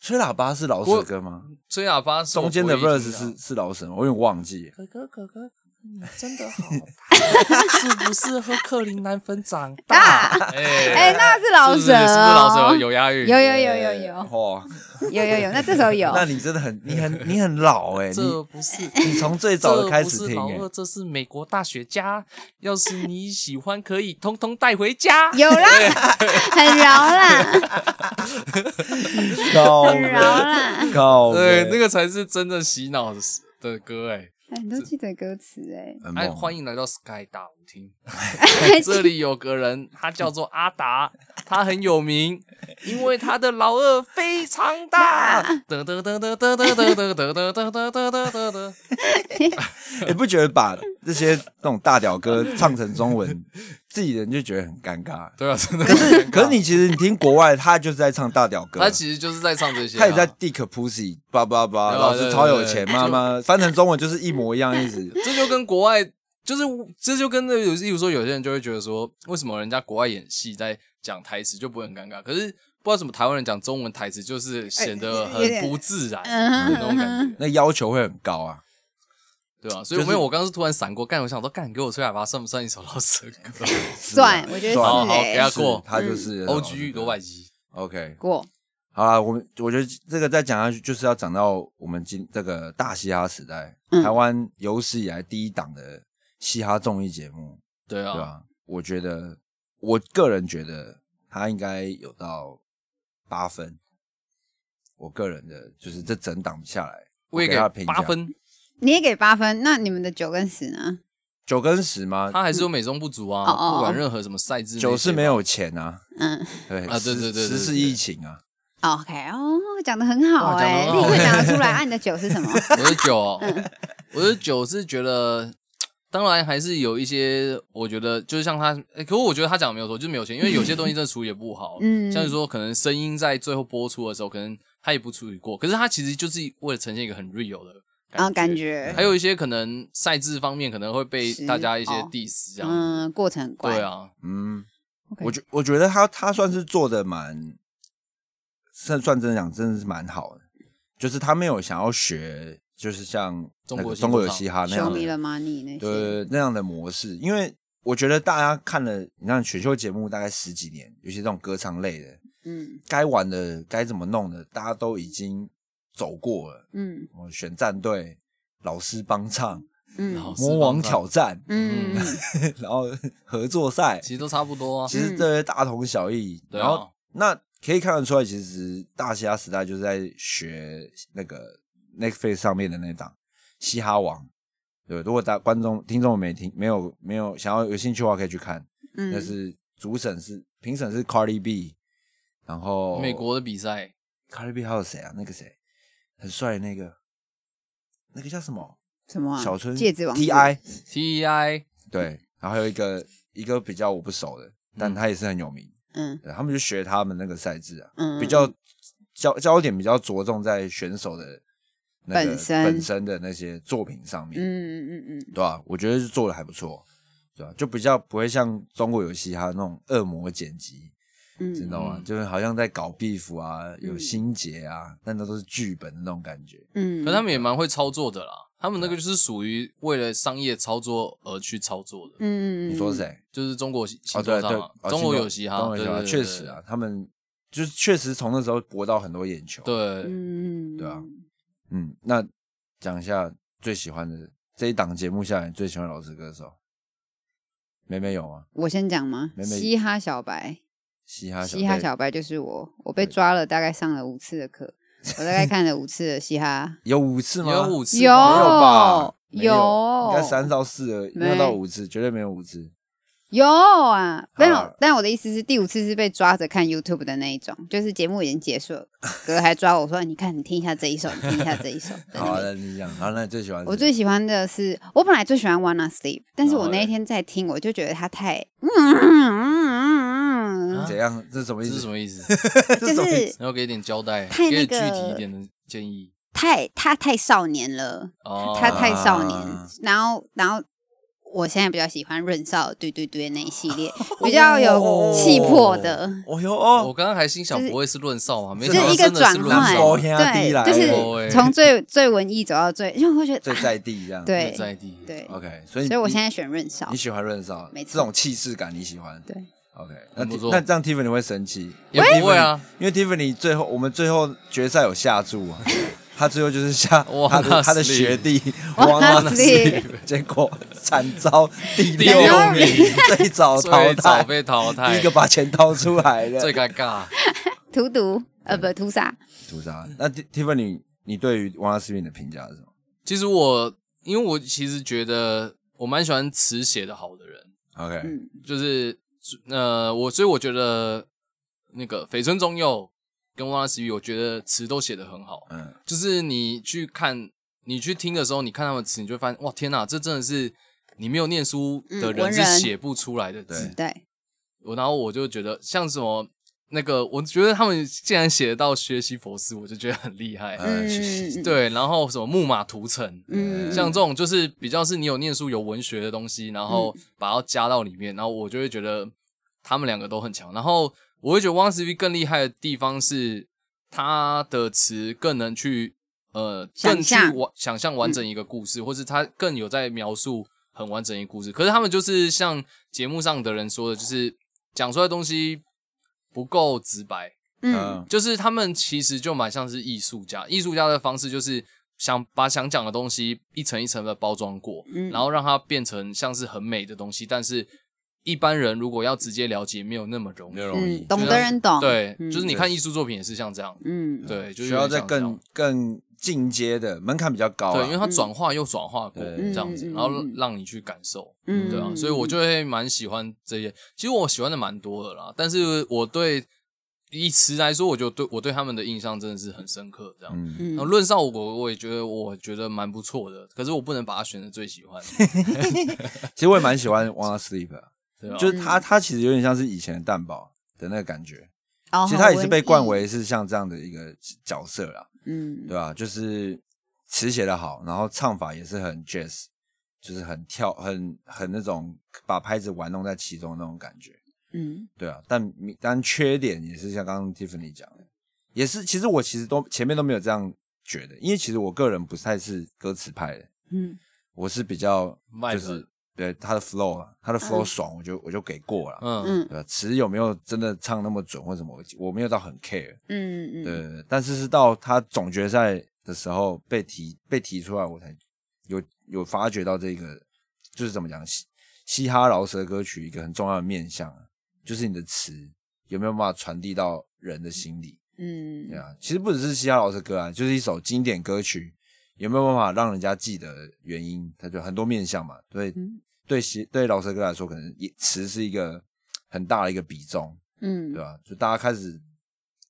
Speaker 1: 吹喇叭是老舍歌吗？
Speaker 3: 吹喇叭是我
Speaker 1: 中间的
Speaker 3: 国一
Speaker 1: verse
Speaker 3: 听到
Speaker 1: 是是老舍吗，我有点忘记了。
Speaker 3: 哥哥哥哥，你 真的好大，是不是喝克林奶粉长大？
Speaker 2: 哎、
Speaker 3: 哎
Speaker 2: 那是老
Speaker 3: 是不
Speaker 2: 舍、
Speaker 3: 是是不是老
Speaker 2: 哦，
Speaker 3: 舍有押韵？哎
Speaker 2: 有有有有有
Speaker 1: 哇，
Speaker 2: 有有有，那这首有，
Speaker 1: 那你真的很你很你很老哎，
Speaker 3: 这
Speaker 1: 你
Speaker 3: 不是。
Speaker 1: 你从最早的开始
Speaker 3: 这不是
Speaker 1: 听
Speaker 3: 老
Speaker 1: 哎
Speaker 3: 二，，这是美国大雪茄。要是你喜欢，可以通通带回家。
Speaker 2: 有 啦，很饶 啦，
Speaker 1: 高
Speaker 2: 很 饶啦，哎
Speaker 1: 高
Speaker 3: 对，那个才是真的洗脑的的歌哎、
Speaker 2: 很多记得歌词哎、
Speaker 1: 很
Speaker 3: 哎，
Speaker 1: 猛，
Speaker 3: 欢迎来到 Sky 大舞厅，这里有个人，他叫做阿达，他很有名，因为他的老二非常大。得得得得得得得得得得得得得得得，
Speaker 1: 你哎不觉得把这些那种大屌歌唱成中文，自己人就觉得很尴尬？
Speaker 3: 对啊，真的。
Speaker 1: 可是可是你其实你听国外，他就是在唱大屌歌，
Speaker 3: 他其实就是在唱这些啊，
Speaker 1: 他也在 dick pussy 叭叭叭，
Speaker 3: 对啊
Speaker 1: 老
Speaker 3: 对
Speaker 1: 子
Speaker 3: 对
Speaker 1: 超有
Speaker 3: 对
Speaker 1: 钱，
Speaker 3: 就
Speaker 1: 妈妈翻成中文就是一模一样意思。
Speaker 3: 这就跟国外就是这就跟那有，例如说有些人就会觉得说，为什么人家国外演戏在讲台词就不会很尴尬？可是不知道怎么台湾人讲中文台词就是显得
Speaker 2: 哎有
Speaker 3: 很
Speaker 2: 点
Speaker 3: 不自然
Speaker 2: 嗯
Speaker 3: 那种感觉，
Speaker 1: 那要求会很高啊。
Speaker 3: 对吧、所以
Speaker 1: 就是
Speaker 3: 没有，我刚刚是突然闪过，干，我想说，干，给我吹喇叭算不算一首老舌 歌
Speaker 2: 算，我觉得是嗯
Speaker 1: 算
Speaker 3: 好好
Speaker 2: 哎、
Speaker 3: 给他
Speaker 1: 是
Speaker 3: 过
Speaker 1: 他就是
Speaker 3: ？O G 罗百吉，
Speaker 1: OK，
Speaker 2: 过，
Speaker 1: 好啦，我们我觉得这个再讲下去，就是要讲到我们今这个大嘻哈时代，
Speaker 2: 嗯
Speaker 1: 台湾有史以来第一档的嘻哈综艺节目，
Speaker 3: 对
Speaker 1: 对吧、
Speaker 3: 啊，
Speaker 1: 我觉得，我个人觉得他应该有到八分。我个人的就是这整档下来，
Speaker 3: 我也
Speaker 1: 给他评价
Speaker 3: 八分，
Speaker 2: 你也给八分，那你们的九跟十呢？
Speaker 1: 九跟十吗？
Speaker 3: 他还是有美中不足啊，
Speaker 2: 哦哦哦
Speaker 3: 不管任何什么赛制，
Speaker 1: 九是没有钱啊，
Speaker 2: 嗯
Speaker 1: 对
Speaker 3: 啊对对对对
Speaker 1: 十
Speaker 3: 对
Speaker 1: 是
Speaker 3: 对
Speaker 1: 疫情啊，
Speaker 2: ，OK，哦，讲的很好
Speaker 3: 哇讲得
Speaker 2: 哎、
Speaker 3: 很
Speaker 2: 立
Speaker 3: 好
Speaker 2: 刻讲得出来， 按、你的九是什么？
Speaker 3: 我的酒哦，我的酒是觉得，当然还是有一些，我觉得就是像他，诶可我觉得他讲的没有错，就是没有钱，因为有些东西真的处理得不好，
Speaker 2: 嗯
Speaker 3: 像是说可能声音在最后播出的时候，可能他也不处理过，可是他其实就是为了呈现一个很 real 的
Speaker 2: 然后哦感
Speaker 3: 感。
Speaker 2: 觉
Speaker 3: 还，有一些可能赛制方面可能会被
Speaker 2: 是
Speaker 3: 大家一些
Speaker 2: 哦
Speaker 3: diss 这样，
Speaker 2: 嗯，过程很怪，
Speaker 3: 对啊，
Speaker 1: 嗯，
Speaker 2: OK，
Speaker 1: 我觉我觉得他他算是做的蛮，算算真的讲，真的是蛮好的，就是他没有想要学，就是像
Speaker 3: 中
Speaker 1: 那个
Speaker 3: 国有嘻
Speaker 1: 中国
Speaker 3: 哈
Speaker 1: 有嘻哈那
Speaker 2: 修
Speaker 1: 样
Speaker 2: 迷了
Speaker 1: 的，
Speaker 2: 吗？你那些，
Speaker 1: 对那样的模式，因为我觉得大家看了你看选秀节目大概十几年，尤其这种歌唱类的，
Speaker 2: 嗯
Speaker 1: 该玩的该怎么弄的，大家都已经走过了，
Speaker 2: 嗯
Speaker 1: 我选战队。老师帮唱、
Speaker 2: 嗯
Speaker 3: 老师
Speaker 1: 魔
Speaker 3: 帮
Speaker 1: 王
Speaker 3: 他
Speaker 1: 挑战，
Speaker 2: 嗯，嗯
Speaker 1: 然后合作赛，
Speaker 3: 其实都差不多啊，
Speaker 1: 其实这些大同小异。
Speaker 3: 对
Speaker 1: 然后
Speaker 3: 啊，
Speaker 1: 那可以看得出来，其实大嘻哈时代就是在学那个 Netflix 上面的那档《嘻哈王》。对，如果大观众听众没听没有没有想要有兴趣的话，可以去看。
Speaker 2: 嗯
Speaker 1: 但是主审是评审是 Cardi B，然后
Speaker 3: 美国的比赛
Speaker 1: Cardi B 还有谁啊？那个谁很帅的那个，那个叫什么？
Speaker 2: 什么、啊？
Speaker 1: 小春
Speaker 2: 戒指王子
Speaker 1: T I
Speaker 3: T E I
Speaker 1: 对，然后还有一个一个比较我不熟的，但他也是很有名，
Speaker 2: 嗯
Speaker 1: 对他们就学他们那个赛制啊，
Speaker 2: 嗯，
Speaker 1: 比
Speaker 2: 嗯
Speaker 1: 较焦焦点比较着重在选手的那个
Speaker 2: 本身
Speaker 1: 本身的那些作品上面，
Speaker 2: 嗯嗯嗯嗯
Speaker 1: 对吧、我觉得是做的还不错，对吧、就比较不会像中国有嘻哈那种恶魔剪辑，
Speaker 2: 嗯，
Speaker 1: 你知道吗？
Speaker 3: 嗯
Speaker 1: 就是好像在搞 beef 啊，有
Speaker 2: 嗯
Speaker 1: 心结啊，但那都是剧本的那种感觉。
Speaker 2: 嗯，
Speaker 3: 可他们也蛮会操作的啦。他们那个就是属于为了商业操作而去操作的，
Speaker 2: 嗯，嗯
Speaker 1: 你说？谁？
Speaker 3: 就是中国嘻嘻
Speaker 1: 哦，
Speaker 3: 哈
Speaker 1: 对
Speaker 3: 上
Speaker 1: 对
Speaker 3: 嘛，，
Speaker 1: 哦
Speaker 3: 啊中国有嘻
Speaker 1: 嘻
Speaker 3: 哈，
Speaker 1: 中国
Speaker 3: 对
Speaker 1: 嘻哈
Speaker 3: 对对
Speaker 1: 确实啊，他们就是确实从那时候博到很多眼球。，
Speaker 3: 对，
Speaker 2: 嗯嗯，嗯
Speaker 1: 对啊，嗯，那讲一下最喜欢的这一档节目下来，你最喜欢的老师歌手，妹妹有吗？
Speaker 2: 我先讲吗？
Speaker 1: 妹妹
Speaker 2: 嘻哈小白，
Speaker 1: 嘻哈小
Speaker 2: 嘻哈
Speaker 1: 对
Speaker 2: 小白就是我，我被抓了，大概上了五次的课，我大 概看了五次的嘻哈
Speaker 1: 有五次吗？
Speaker 3: 有五次
Speaker 2: 有
Speaker 1: 没有
Speaker 3: 吗
Speaker 1: 吧？没
Speaker 2: 有
Speaker 1: 应该三到四而已，没有
Speaker 2: 没
Speaker 1: 到五次，绝对没有五次。
Speaker 2: 有啊，但
Speaker 1: 好啦
Speaker 2: 我但我的意思是，第五次是被抓着看 YouTube 的那一种，就是节目已经结束了，哥还抓我说：“你看，你听一下这一首，你听一下这一首。在
Speaker 1: 好
Speaker 2: 那
Speaker 1: 啊，
Speaker 2: 边
Speaker 1: 那你讲，好，那你最喜欢谁？
Speaker 2: 我最喜欢的是，我本来最喜欢 Wanna Sleep，但是
Speaker 3: 然后
Speaker 2: 我那
Speaker 3: 嘞
Speaker 2: 一天在听，我就觉得它太， 嗯嗯嗯嗯，
Speaker 1: 怎样？这是什么
Speaker 3: 这
Speaker 1: 意思？
Speaker 3: 是什么意思？
Speaker 1: 啊 这
Speaker 2: 就
Speaker 1: 什么意思
Speaker 2: 是
Speaker 3: 然后给点交代，
Speaker 2: 太
Speaker 3: 给
Speaker 2: 那
Speaker 3: 点具体一
Speaker 2: 个
Speaker 3: 点的建议。
Speaker 2: 太他太少年了，
Speaker 3: 哦，
Speaker 2: 他太少年
Speaker 1: 啊。
Speaker 2: 然后，然后我现在比较喜欢润少对对对那一系列，比较有气魄的。
Speaker 1: 哦哟
Speaker 3: 我
Speaker 1: 哦，
Speaker 3: 刚刚还心想
Speaker 2: 就是
Speaker 3: 不会是论少嘛，没
Speaker 2: 就
Speaker 3: 想
Speaker 2: 是
Speaker 3: 到
Speaker 2: 一个
Speaker 3: 真的
Speaker 2: 转
Speaker 3: 是论
Speaker 2: 换，
Speaker 3: 少
Speaker 1: 少，天啊地来
Speaker 2: 对，就是
Speaker 3: 了
Speaker 2: 从最最文艺走到最，因为我会觉得
Speaker 1: 最
Speaker 2: 啊
Speaker 1: 在地这样。
Speaker 2: 对
Speaker 3: 在地。
Speaker 2: 对，
Speaker 1: ，OK，所以
Speaker 2: 所以我
Speaker 1: 你
Speaker 2: 现在选润少
Speaker 1: 你。喜欢润少，
Speaker 2: 没错
Speaker 1: 这种气势感你喜欢。
Speaker 2: 对
Speaker 1: ，OK，那
Speaker 3: 很不
Speaker 1: Ti-
Speaker 3: 错
Speaker 1: 那这样 Tiffany 会生气？
Speaker 3: 也不会啊，
Speaker 1: 因为 Tiffany 最后我们最后决赛有下注 啊，他最后就是下
Speaker 3: 哇
Speaker 1: 他的他的
Speaker 3: Nasri
Speaker 1: 学弟
Speaker 2: 哇
Speaker 1: 王纳
Speaker 2: Nasri
Speaker 1: 西，结果惨遭第
Speaker 3: 第
Speaker 1: 六
Speaker 3: 六
Speaker 1: 名
Speaker 3: 名，
Speaker 1: 最早哦淘
Speaker 3: 最早
Speaker 1: 汰，
Speaker 3: 被淘汰，
Speaker 1: 第一个把钱掏出来的
Speaker 3: 最尴尬。
Speaker 2: 荼毒，呃，不，屠杀。
Speaker 1: 屠杀。啊那 Ti- Tiffany，你对于王纳西的评价是什么
Speaker 3: 其实我，因为我其实觉得我蛮喜欢词写的好的人，
Speaker 1: ？OK，
Speaker 2: 嗯
Speaker 3: 就是呃，我所以我觉得那个绯村中佑跟汪拉斯语，我觉得词都写得很好。
Speaker 1: 嗯，
Speaker 3: 就是你去看、你去听的时候，你看他们的词，你就会发现，哇，天哪，这真的是你没有念书的
Speaker 2: 嗯文
Speaker 3: 人是
Speaker 2: 人
Speaker 3: 写不出来的字。
Speaker 1: 对
Speaker 2: 对，
Speaker 3: 我然后我就觉得像什么那个，我觉得他们竟然写得到学习佛斯，我就觉得很厉害。
Speaker 1: 嗯
Speaker 2: 嗯
Speaker 1: 是是
Speaker 3: 对，然后什么木马屠城，
Speaker 2: 嗯，
Speaker 3: 像这种就是比较是你有念书有文学的东西，然后把它加到里面，然后我就会觉得他们两个都很强。然后我会觉得汪 C V 更厉害的地方是他的词更能去呃更
Speaker 2: 想
Speaker 3: 去
Speaker 2: 象嗯
Speaker 3: 完想象完整一个故事，或是他更有在描述很完整一个故事。可是他们就是像节目上的人说的，就是讲出来的东西不够直白，
Speaker 2: 嗯，
Speaker 3: 就是他们其实就蛮像是艺术家，艺术家的方式就是想把想讲的东西一层一层的包装过，
Speaker 2: 嗯
Speaker 3: 然后让它变成像是很美的东西，但是一般人如果要直接了解，没有那么容易。
Speaker 1: 没有容易
Speaker 2: 嗯，懂的人懂，
Speaker 3: 对，
Speaker 2: 嗯
Speaker 3: 就是你看艺术作品也是像这样，
Speaker 2: 嗯，
Speaker 3: 对，就是
Speaker 1: 需要
Speaker 3: 有点
Speaker 1: 再
Speaker 3: 像这样
Speaker 1: 更更进阶的门槛比较高啊。
Speaker 3: 对，因为它转化又转化过
Speaker 1: 嗯
Speaker 3: 这样子，
Speaker 2: 嗯嗯
Speaker 3: 然后
Speaker 2: 嗯
Speaker 3: 让你去感受，
Speaker 2: 嗯
Speaker 3: 对啊，所以我就会蛮喜欢这些。其实我喜欢的蛮多的啦，但是我对以词来说，我就对我对他们的印象真的是很深刻，这样。
Speaker 1: 嗯，
Speaker 2: 嗯
Speaker 3: 然后呃论上我我也觉得我觉得蛮不错的，可是我不能把它选的最喜欢，
Speaker 1: 其实我也蛮喜欢 Wanna Sleep，的
Speaker 3: 对 吧？
Speaker 1: 就是
Speaker 2: 嗯
Speaker 1: 他他其实有点像是以前的蛋堡的那个感觉。
Speaker 2: 哦
Speaker 1: 其实他也是被冠，
Speaker 2: 好文艺
Speaker 1: 为是像这样的一个角色啦，
Speaker 2: 嗯，
Speaker 1: 对吧、就是词写的好，然后唱法也是很 jazz，就是很跳，很很那种把拍子玩弄在其中的那种感觉，
Speaker 2: 嗯
Speaker 1: 对啊。但明但缺点也是像刚刚 Tiffany 讲的，也是其实我其实都前面都没有这样觉得，因为其实我个人不太是歌词派的，
Speaker 2: 嗯
Speaker 1: 我是比较
Speaker 3: Vibe
Speaker 1: 就是对他的 flow 啊，他的 flow
Speaker 2: 嗯
Speaker 1: 爽我就我就给过了。
Speaker 3: 嗯，
Speaker 2: 嗯
Speaker 1: 对吧词有没有真的唱那么准或什么，我我没有到很 care。
Speaker 2: 嗯嗯，
Speaker 1: 对，对但是是到他总决赛的时候被提被提出来，我才有有发觉到这个就是怎么讲嘻嘻哈饶舌歌曲一个很重要的面向啊，就是你的词有没有办法传递到人的心里，
Speaker 2: 嗯
Speaker 1: 对啊，其实不只是嘻哈饶舌歌啊，就是一首经典歌曲有没有办法让人家记得原因，它就很多面向嘛，对、
Speaker 2: 嗯
Speaker 1: 对嘻对饶舌歌来说，可能也词是一个很大的一个比重，
Speaker 2: 嗯
Speaker 1: 对吧、就大家开始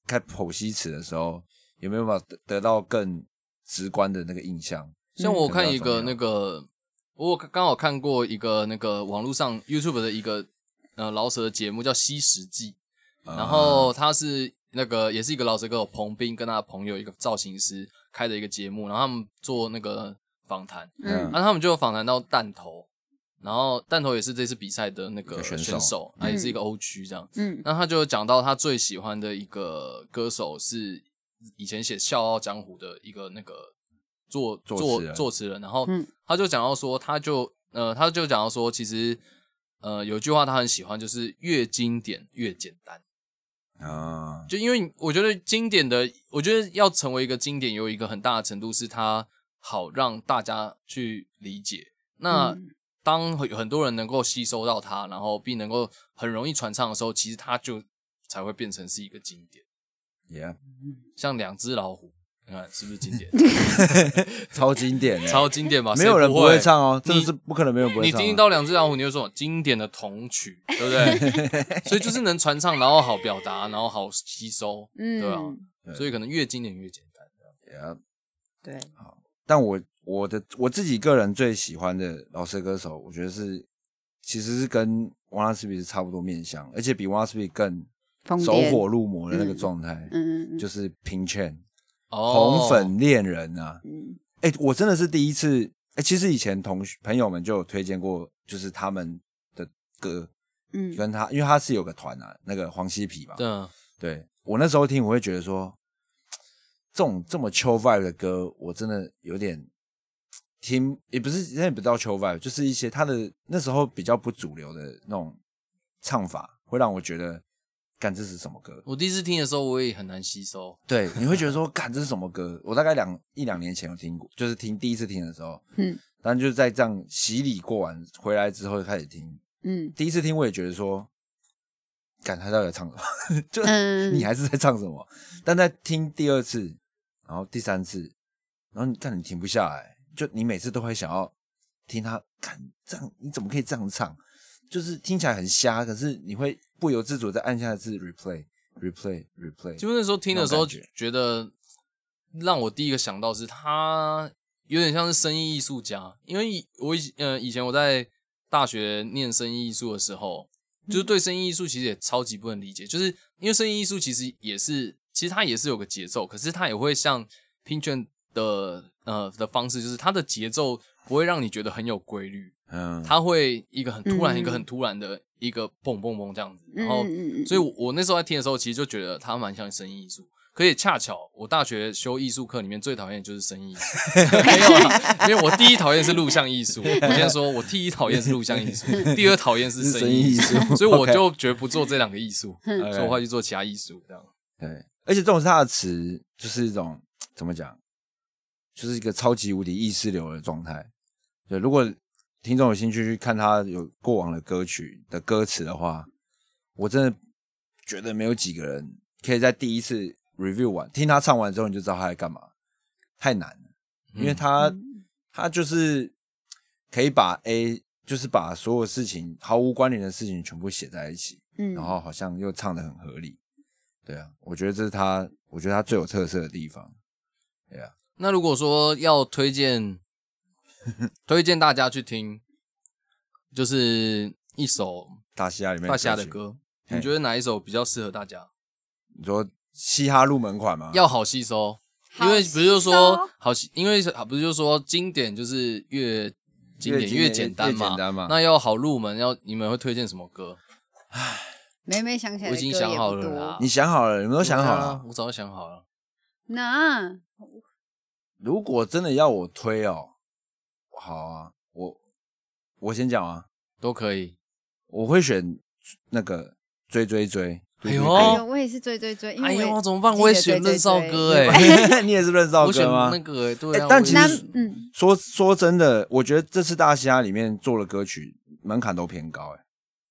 Speaker 1: 开始剖析词的时候，有没有办法得得到更直观的那个印象？
Speaker 3: 像我看一个
Speaker 1: 嗯
Speaker 3: 那个，我刚好看过一个那个网络上 YouTube 的一个呃饶舌的节目叫《吸食记》，
Speaker 1: 啊
Speaker 3: 然后他是那个也是一个老舌歌手彭斌跟他的朋友一个造型师开的一个节目，然后他们做那个访谈，
Speaker 2: 嗯
Speaker 3: 然后他们就有访谈到弹头，然后弹头也是这次比赛的那个
Speaker 1: 选手
Speaker 3: 选手，他也是一个 O 区这样。
Speaker 2: 嗯
Speaker 3: 那他就讲到他最喜欢的一个歌手是以前写《笑傲江湖》的一个那个作
Speaker 1: 作
Speaker 3: 作
Speaker 1: 词人
Speaker 3: 作词人，然后
Speaker 2: 嗯
Speaker 3: 他就讲到说，他就呃，他就讲到说，其实呃，有句话他很喜欢，就是越经典越简单。
Speaker 1: 啊，
Speaker 3: 就因为我觉得经典的，我觉得要成为一个经典，有一个很大的程度是它好让大家去理解。那、
Speaker 2: 嗯
Speaker 3: 当很很多人能够吸收到它，然后并能够很容易传唱的时候，其实它就才会变成是一个经典。
Speaker 1: 耶，
Speaker 3: 像两只老虎，你看是不是经典？
Speaker 1: 超经典欸，
Speaker 3: 超经典吧？
Speaker 1: 没有
Speaker 3: 谁
Speaker 1: 人
Speaker 3: 不
Speaker 1: 会唱哦，真的
Speaker 3: 你
Speaker 1: 是不可能没有人不会
Speaker 3: 你
Speaker 1: 唱
Speaker 3: 听
Speaker 1: 哦。
Speaker 3: 到两只老虎，你就说经典的童曲，对 不对？所以就是能传唱，然后好表达，然后好吸收，
Speaker 2: 嗯，
Speaker 3: 对啊。
Speaker 1: 对
Speaker 3: 所以可能越经典越简单。
Speaker 1: Yeah，
Speaker 2: 对，
Speaker 1: 但我我的我自己个人最喜欢的老舌歌手，我觉得是其实是跟 One s p 是差不多面相，而且比 One s p 更
Speaker 2: 疯
Speaker 1: 走
Speaker 2: 癫
Speaker 1: 火入魔的那个
Speaker 2: 嗯
Speaker 1: 状态，
Speaker 2: 嗯嗯
Speaker 1: 就是 Pin Chen
Speaker 3: 哦，
Speaker 1: 红粉恋人啊，
Speaker 2: 嗯
Speaker 1: 哎、我真的是第一次，哎、其实以前同学朋友们就有推荐过，就是他们的歌，
Speaker 2: 嗯嗯，
Speaker 1: 跟他，因为他是有个团啊，那个黄西皮嘛，
Speaker 3: 嗯，
Speaker 1: 对我那时候听，我会觉得说，这种这么秋 vibe 的歌，我真的有点听，也不是那也不叫秋 vibe，就是一些他的那时候比较不主流的那种唱法，会让我觉得，干这是什么歌？
Speaker 3: 我第一次听的时候，我也很难吸收。
Speaker 1: 对，你会觉得说，干这是什么歌？我大概两一两年前有听过，就是听第一次听的时候，
Speaker 2: 嗯，
Speaker 1: 但就是在这样洗礼过完回来之后就开始听，
Speaker 2: 嗯
Speaker 1: 第一次听我也觉得说，干他到底在唱什么？就、
Speaker 2: 嗯
Speaker 1: 你还是在唱什么？但在听第二次，然后第三次，然后你看你停不下来，就你每次都会想要听他，看这样你怎么可以这样唱？就是听起来很瞎，可是你会不由自主地按下一次 replay replay replay，
Speaker 3: 就那时候听的时候
Speaker 1: 那种感，
Speaker 3: 觉得让我第一个想到是他有点像是声音艺术家，因为以我以呃以前我在大学念声音艺术的时候，就是对声音艺术其实也超级不能理解，就是因为声音艺术其实也是，其实它也是有个节奏，可是它也会像拼卷的呃的方式，就是它的节奏不会让你觉得很有规律，
Speaker 1: 嗯，
Speaker 3: 它会一个很突然，
Speaker 2: 嗯
Speaker 3: 一个很突然的一个蹦蹦蹦这样子，然后
Speaker 2: 嗯嗯嗯
Speaker 3: 所以我，我那时候在听的时候，其实就觉得它蛮像声音艺术。可也恰巧，我大学修艺术课里面最讨厌的就是声音艺术， 没有啊，因为我第一讨厌是录像艺术。我先说，我第一讨厌是录像艺术，第二讨厌是
Speaker 1: 是
Speaker 3: 声
Speaker 1: 声音艺
Speaker 3: 艺
Speaker 1: 术，
Speaker 3: 所以我
Speaker 1: OK
Speaker 3: 就绝不做这两个艺术，所
Speaker 2: 嗯
Speaker 3: 以我会去做其他艺术。这样，
Speaker 1: 对，而且这种是他的词，就是一种怎么讲，就是一个超级无敌意识流的状态。对，如果听众有兴趣去看他有过往的歌曲的歌词的话，我真的觉得没有几个人可以在第一次 review 完听他唱完之后，你就知道他在干嘛，太难了，因
Speaker 3: 嗯
Speaker 1: 为
Speaker 2: 嗯
Speaker 1: 他、他就是可以把 A 就是把所有事情毫无关联的事情全部写在一起，
Speaker 2: 嗯
Speaker 1: 然后好像又唱的很合理，对啊，我觉得这是他，我觉得他最有特色的地方。
Speaker 3: 那如果说要推荐，推荐大家去听，就是一首
Speaker 1: 大西亚里面
Speaker 3: 大夏的
Speaker 1: 曲，
Speaker 3: 歌，
Speaker 1: 嘿
Speaker 3: 你觉得哪一首比较适合大家？
Speaker 1: 你说嘻哈入门款吗？
Speaker 3: 要好吸收，
Speaker 2: 好
Speaker 3: 因为不是
Speaker 2: 吸
Speaker 3: 说
Speaker 2: 收
Speaker 3: 好吸，因为啊不是就说经典就是越经典
Speaker 1: 经典
Speaker 3: 简单
Speaker 1: 越
Speaker 3: 嘛
Speaker 1: 简，单嘛。
Speaker 3: 那要好入门，要你们会推荐什么歌？
Speaker 2: 每每想起来
Speaker 3: 我
Speaker 2: 的
Speaker 3: 已经
Speaker 2: 歌
Speaker 3: 想
Speaker 2: 也
Speaker 3: 好
Speaker 2: 不
Speaker 3: 了
Speaker 2: 多
Speaker 3: 啦
Speaker 1: 你想好了，你们都想好
Speaker 3: 对
Speaker 1: 了
Speaker 3: 啊。我早就想好了。哦
Speaker 2: 那
Speaker 1: 如果真的要我推哦，好啊，我我先讲啊，
Speaker 3: 都可以，
Speaker 1: 我会选那个追追追。
Speaker 3: 哎呦
Speaker 1: 嘟
Speaker 2: 哎
Speaker 3: 哦
Speaker 2: 呦，我也是追追追，因
Speaker 3: 哎
Speaker 2: 为
Speaker 3: 呦，
Speaker 2: 我
Speaker 3: 怎么办？
Speaker 2: 记得
Speaker 3: 我也选
Speaker 2: 追
Speaker 3: 任少歌
Speaker 2: 追
Speaker 3: 哎
Speaker 2: 追，
Speaker 1: 嘟嘟 你也是认识到
Speaker 3: 我选
Speaker 1: 歌吗？
Speaker 3: 那个哎，对啊
Speaker 1: 哎，但
Speaker 3: 我也
Speaker 1: 其
Speaker 2: 那
Speaker 1: 实
Speaker 2: 嗯
Speaker 1: 说说真的，我觉得这次大西亚里面做的歌曲门槛都偏高、哎，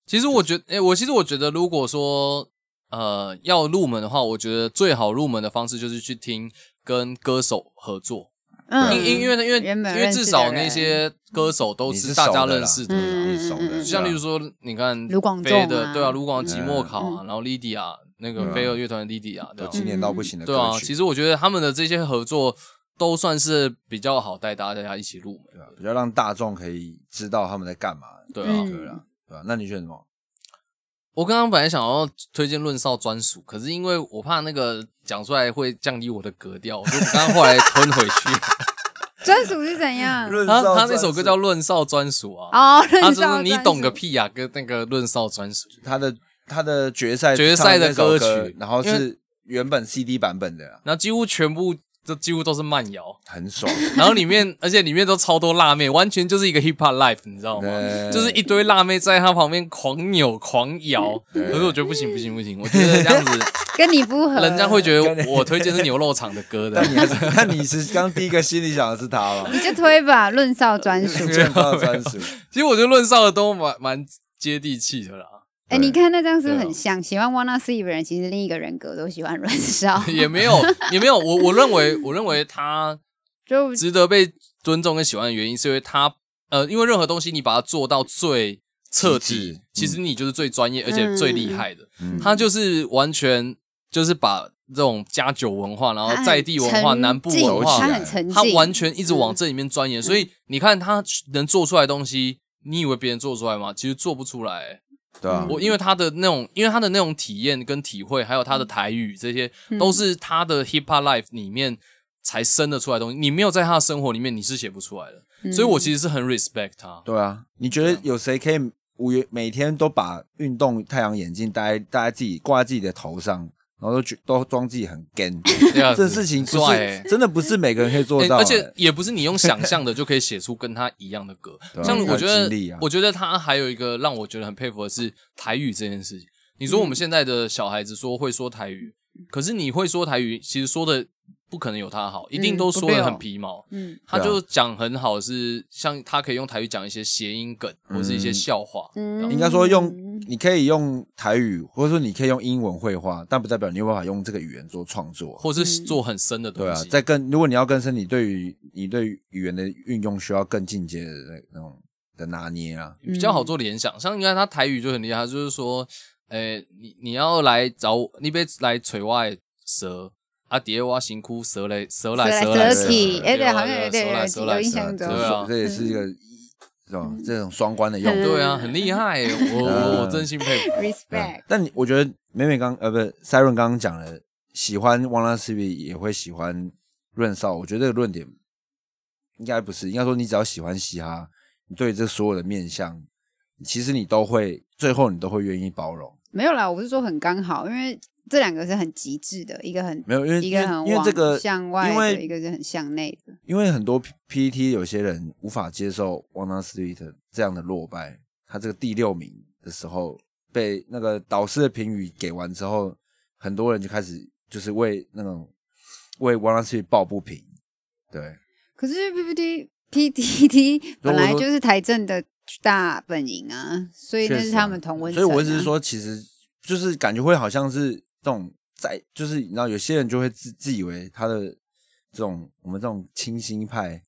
Speaker 3: 其实我觉得，哎、我其实我觉得，如果说呃要入门的话，我觉得最好入门的方式就是去听跟歌手合作，
Speaker 2: 嗯，
Speaker 3: 啊因因因为呢因为
Speaker 2: 原本
Speaker 3: 因为
Speaker 2: 认识
Speaker 3: 至
Speaker 2: 的
Speaker 3: 少
Speaker 2: 人
Speaker 3: 那些歌手都
Speaker 1: 你是
Speaker 3: 大家
Speaker 1: 熟的啦
Speaker 3: 认识的，
Speaker 2: 嗯
Speaker 1: 你熟的，
Speaker 2: 嗯
Speaker 3: 就像
Speaker 1: 对
Speaker 3: 例
Speaker 1: 啊
Speaker 3: 如说，你看
Speaker 2: 卢广
Speaker 3: 飞
Speaker 2: 仲啊
Speaker 3: 的，对啊，卢广仲、
Speaker 1: 嗯
Speaker 3: 寂寞考啊，然后 Lydia 那
Speaker 1: 对
Speaker 3: 个
Speaker 1: 啊
Speaker 3: 飞儿乐团的 Lydia，
Speaker 1: 都
Speaker 3: 对啊
Speaker 1: 经典到不行的歌
Speaker 3: 对
Speaker 1: 曲，
Speaker 3: 啊，其实我觉得他们的这些合作都算是比较好带大家一起入门。
Speaker 1: 对吧？比较让大众可以知道他们在干嘛，
Speaker 3: 对啊
Speaker 1: 对啦，对吧？那你选什么？
Speaker 3: 我刚刚本来想要推荐论少专属，可是因为我怕那个讲出来会降低我的格调，所以我刚刚后来吞 回去。啊
Speaker 2: 专属是怎样？
Speaker 3: 他啊他那首歌叫《论少专属》啊，
Speaker 2: 哦，
Speaker 3: 他
Speaker 2: 论
Speaker 3: 就
Speaker 2: 少
Speaker 3: 是你
Speaker 2: 专
Speaker 3: 懂
Speaker 2: 属
Speaker 3: 个屁呀、跟那个论少专属。
Speaker 1: 他的他的决赛
Speaker 3: 决赛的
Speaker 1: 唱那首
Speaker 3: 歌
Speaker 1: 歌
Speaker 3: 曲
Speaker 1: 然后
Speaker 3: 因
Speaker 1: 是原本 CD 版本的啊，
Speaker 3: 然后几乎全部都几乎都是慢摇，
Speaker 1: 很爽，
Speaker 3: 然后里面而且里面都超多辣妹，完全就是一个 hip hop life，你知道吗？
Speaker 1: 对
Speaker 3: 哦就是一堆辣妹在他旁边狂扭狂摇，
Speaker 1: 对
Speaker 3: 可是我觉得不行不行不行，我觉得这样子
Speaker 2: 跟你不合，
Speaker 3: 人家会觉
Speaker 1: 跟
Speaker 3: 得
Speaker 1: 你
Speaker 3: 我推荐是牛肉厂的歌的
Speaker 1: 但。你还是，那你是刚第一个心里想的是他 吗？
Speaker 2: 你就推吧，论少专 属。
Speaker 3: 啊
Speaker 1: 健康专属，
Speaker 3: 其实我觉得论少的都蛮蛮接地气的啦，
Speaker 2: 哎，你看那张是不是
Speaker 3: 对啊
Speaker 2: 很像？喜欢 Wanna Sleep 的人，其实另一个人格都喜欢论少，
Speaker 3: 也没有也没有，我我认为我认为他
Speaker 2: 就
Speaker 3: 值得被尊重跟喜欢的原因，是因为他呃，因为任何东西你把它做到最彻
Speaker 1: 极
Speaker 3: 底
Speaker 1: 致，
Speaker 3: 其实你就是最专业、而且最厉害的。
Speaker 1: 嗯
Speaker 3: 他就是完全就是把这种家酒文化，然后
Speaker 2: 他很
Speaker 3: 在地文化、
Speaker 2: 沉
Speaker 3: 南部
Speaker 2: 浸
Speaker 3: 文
Speaker 2: 他
Speaker 3: 化，
Speaker 2: 很沉浸，嗯
Speaker 3: 他完全一直往这里面钻研。所以你看他能做出来的东西，你以为别人做出来吗？其实做不出来。欸
Speaker 1: 对啊吧？
Speaker 2: 嗯
Speaker 3: 我因为他的那种，因为他的那种体验跟体会，还有他的台语，这些都
Speaker 2: 嗯
Speaker 3: 是他的 hip hop life 里面才生得出来的东西。你没有在他的生活里面，你是写不出来的。所以
Speaker 2: 嗯
Speaker 3: 我其实是很 respect 他。
Speaker 1: 对啊，你觉得有谁可以无缘每天都把运动太阳眼镜戴戴在自己挂在自己的头上，然后都觉都装自己很干？
Speaker 3: 这
Speaker 1: 这事情不
Speaker 3: 帅
Speaker 1: 是
Speaker 3: 欸
Speaker 1: 真的不是每个人可以做
Speaker 3: 欸
Speaker 1: 到的，
Speaker 3: 而且也不是你用想 象的就可以写出跟他一样的歌。
Speaker 1: 对啊
Speaker 3: 像我觉得
Speaker 1: 很尽力，啊
Speaker 3: 我觉得他还有一个让我觉得很佩服的是台语这件事情。你说我们现在的小孩子说会说台语，可是你会说台语，其实说的不可能有他好，一定都说的很皮毛。
Speaker 2: 嗯
Speaker 3: 他
Speaker 1: 啊
Speaker 3: 就讲很好是，像他可以用台语讲一些谐音梗或是一些笑话。
Speaker 2: 嗯，
Speaker 1: 应该说用，你可以用台语，或者说你可以用英文绘画，但不代表你有办法用这个语言做创作。
Speaker 3: 或是做很深的东
Speaker 1: 对啊
Speaker 3: 西，，
Speaker 1: 在更如果你要更深，你对于你对于语言的运用需要更进阶的那那种的拿捏啊。
Speaker 3: 比较
Speaker 2: 嗯
Speaker 3: 好做联想。像你看他台语就很厉害，就是说，诶、你你要来找我，你别来捶我的蛇啊，叠我辛苦蛇来蛇来
Speaker 2: 蛇
Speaker 3: 来
Speaker 2: 来
Speaker 1: 蛇
Speaker 2: 去
Speaker 3: 来
Speaker 2: 哎对
Speaker 3: 啊
Speaker 2: 好像有
Speaker 3: 蛇
Speaker 2: 点
Speaker 3: 来
Speaker 2: 有
Speaker 3: 蛇
Speaker 2: 有
Speaker 3: 来
Speaker 2: 印
Speaker 3: 蛇来
Speaker 2: 象
Speaker 1: 这
Speaker 2: 中
Speaker 3: 对啊
Speaker 1: 这也是一个这种这种双关的用
Speaker 2: 嗯
Speaker 1: 法。
Speaker 3: 对啊，很厉害耶，我
Speaker 1: 嗯
Speaker 3: 我我真心佩服。
Speaker 1: 对啊
Speaker 2: respect，
Speaker 1: 但你我觉得美美刚呃不是 Siren 刚刚讲的，喜欢 Wanna s e 也会喜欢润少，我觉得这个论点应该不是，应该说你只要喜欢嘻哈，你对这所有的面向，其实你都会最后你都会愿意包容。
Speaker 2: 没有啦，我是说很刚好，因为这两个是很极致的，一个很
Speaker 1: 没有因为
Speaker 2: 一
Speaker 1: 因
Speaker 2: 个
Speaker 1: 为
Speaker 2: 很
Speaker 1: 因为这个
Speaker 2: 往向外
Speaker 1: 因为
Speaker 2: 的，一个是很向内的。
Speaker 1: 因为很多 P- PPT 有些人无法接受 Wanna Street 这样的落败，他这个第六名的时候被那个导师的评语给完之后，很多人就开始就是为那种为 Wanna Street 抱不平，对，
Speaker 2: 可是 PPT PTT
Speaker 1: 所以我
Speaker 2: 本来
Speaker 1: 说
Speaker 2: 就是台政的大本营啊，所以那
Speaker 1: 确
Speaker 2: 是
Speaker 1: 实啊
Speaker 2: 他们同温、层
Speaker 1: 所以我一直
Speaker 2: 啊
Speaker 1: 说，其实就是感觉会好像是这种在，就是你知道，有些人就会自自以为他的这种我们这种清新派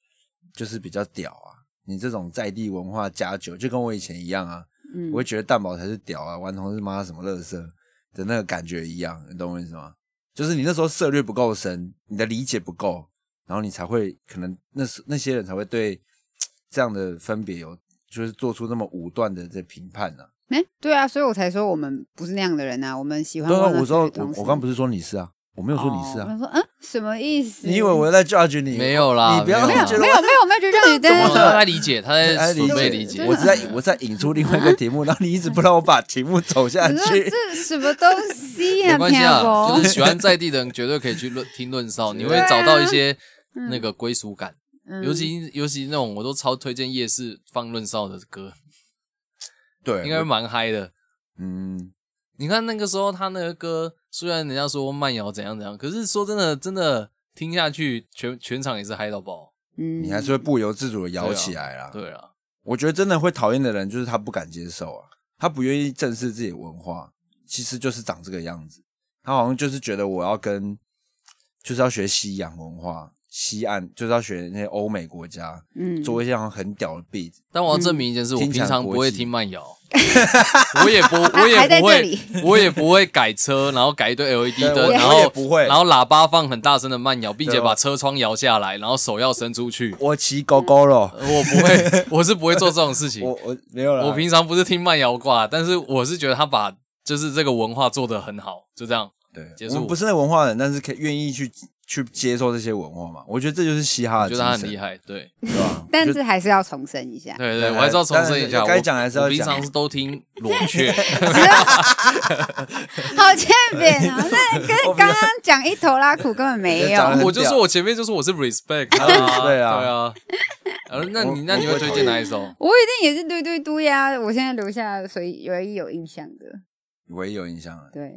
Speaker 1: 就是比较屌啊，你这种在地文化加酒，就跟我以前一样啊。
Speaker 2: 嗯
Speaker 1: 我会觉得蛋堡才是屌啊，顽童是妈什么乐色的那个感觉一样，你懂我意思吗？就是你那时候涉略不够深，你的理解不够，然后你才会可能那时那些人才会对这样的分别有就是做出那么武断的这评判呢、啊。
Speaker 2: 哎、对啊，所以我才说我们不是那样的人啊，我们喜欢
Speaker 1: 对啊，
Speaker 2: 忘了
Speaker 1: 我说我
Speaker 2: 自己的东西。
Speaker 1: 我刚不是说你是啊，我没有说你是
Speaker 2: 哦我
Speaker 1: 啊，
Speaker 2: 说嗯，什么意思？
Speaker 1: 你以为我在 judge 你？
Speaker 3: 没有啦
Speaker 1: 你不要
Speaker 2: 没
Speaker 3: 没有
Speaker 2: 有
Speaker 1: 觉得
Speaker 2: 没有没有没有就让你
Speaker 1: 怎么
Speaker 3: 我
Speaker 1: 了
Speaker 2: 在
Speaker 3: 他理解，他在
Speaker 1: 哎
Speaker 3: 准备
Speaker 1: 理
Speaker 3: 理解
Speaker 1: 我。是
Speaker 2: 啊
Speaker 1: 在我是在引出另外一个题目，然后你一直不让我把题目走下
Speaker 2: 可是
Speaker 1: 去。
Speaker 2: 这什么东西呀、
Speaker 3: 没关系啊，
Speaker 2: 听
Speaker 3: 就
Speaker 2: 不
Speaker 3: 是喜欢在地的人绝对可以去论听 论少，你会
Speaker 2: 对啊
Speaker 3: 找到一些那个归属感。
Speaker 2: 嗯
Speaker 3: 尤其尤其那种我都超推荐夜市放论少的歌，
Speaker 1: 对，
Speaker 3: 应该
Speaker 1: 我
Speaker 3: 蛮嗨的。
Speaker 1: 嗯，
Speaker 3: 你看那个时候他那个歌，虽然人家说慢摇怎样怎样，可是说真的，真的听下去，全全场也是嗨到爆。
Speaker 2: 嗯
Speaker 1: 你还是会不由自主的摇起来啦。
Speaker 3: 对啊，
Speaker 1: 我觉得真的会讨厌的人，就是他不敢接受啊，他不愿意正视自己的文化，其实就是长这个样子。他好像就是觉得我要跟，就是要学西洋文化、西岸，就是要学那些欧美国家，
Speaker 2: 嗯，
Speaker 1: 做一些好像很屌的 beat，
Speaker 3: 但我要证明一件事，我
Speaker 1: 嗯听起
Speaker 3: 平
Speaker 1: 来
Speaker 3: 常
Speaker 1: 很
Speaker 3: 不
Speaker 1: 国
Speaker 3: 会
Speaker 1: 际
Speaker 3: 听慢摇，我也 不，我也
Speaker 2: 还在
Speaker 3: 不
Speaker 2: 这
Speaker 3: 会，
Speaker 2: 里，
Speaker 3: 我也不会改车，然后改一堆 LED
Speaker 1: 对
Speaker 3: 灯，
Speaker 1: 我
Speaker 3: 然
Speaker 1: 我也
Speaker 3: 后
Speaker 1: 不会
Speaker 3: 然后喇叭放很大声的慢摇，并且
Speaker 1: 对
Speaker 3: 把
Speaker 1: 我
Speaker 3: 车窗摇下来，然后手要伸出去。呃
Speaker 1: 我骑狗狗了，
Speaker 3: 我 不会，我是不会做这种事情。
Speaker 1: 我
Speaker 3: 嗯我
Speaker 1: 我没有了，
Speaker 3: 平常不是听慢摇挂，但是我是觉得他把就是这个文化做得很好，就这样。
Speaker 1: 对，
Speaker 3: 结
Speaker 1: 我
Speaker 3: 束
Speaker 1: 们不是那文化人，但是可以愿意去去接受这些文化嘛，我觉得这就是嘻哈的
Speaker 3: 我觉
Speaker 1: 精
Speaker 3: 得他很
Speaker 1: 神
Speaker 3: 厉，害，对
Speaker 1: 对吧？
Speaker 2: 但
Speaker 1: 就是
Speaker 2: 还是要重申一下，
Speaker 3: 对
Speaker 1: 对
Speaker 3: 对，我还是要重申一
Speaker 1: 当
Speaker 3: 下，
Speaker 1: 然该
Speaker 3: 我
Speaker 1: 讲还是要
Speaker 3: 我平
Speaker 1: 讲
Speaker 3: 常都听 裸 雀，
Speaker 2: 好欠扁 啊！那跟
Speaker 1: 我
Speaker 2: 刚刚讲一头拉苦根本没有
Speaker 1: 讲， 得很
Speaker 3: 我就
Speaker 1: 屌
Speaker 3: 说我前面就说我是 respect，
Speaker 1: 啊 对啊
Speaker 3: 对 啊。呃，那你那你
Speaker 1: 我
Speaker 3: 会
Speaker 1: 我
Speaker 3: 推荐哪一首？
Speaker 2: 我一定也是对对对呀！我现在留下所以唯一有印象的，
Speaker 1: 唯一有印象了。
Speaker 2: 对，
Speaker 3: 啊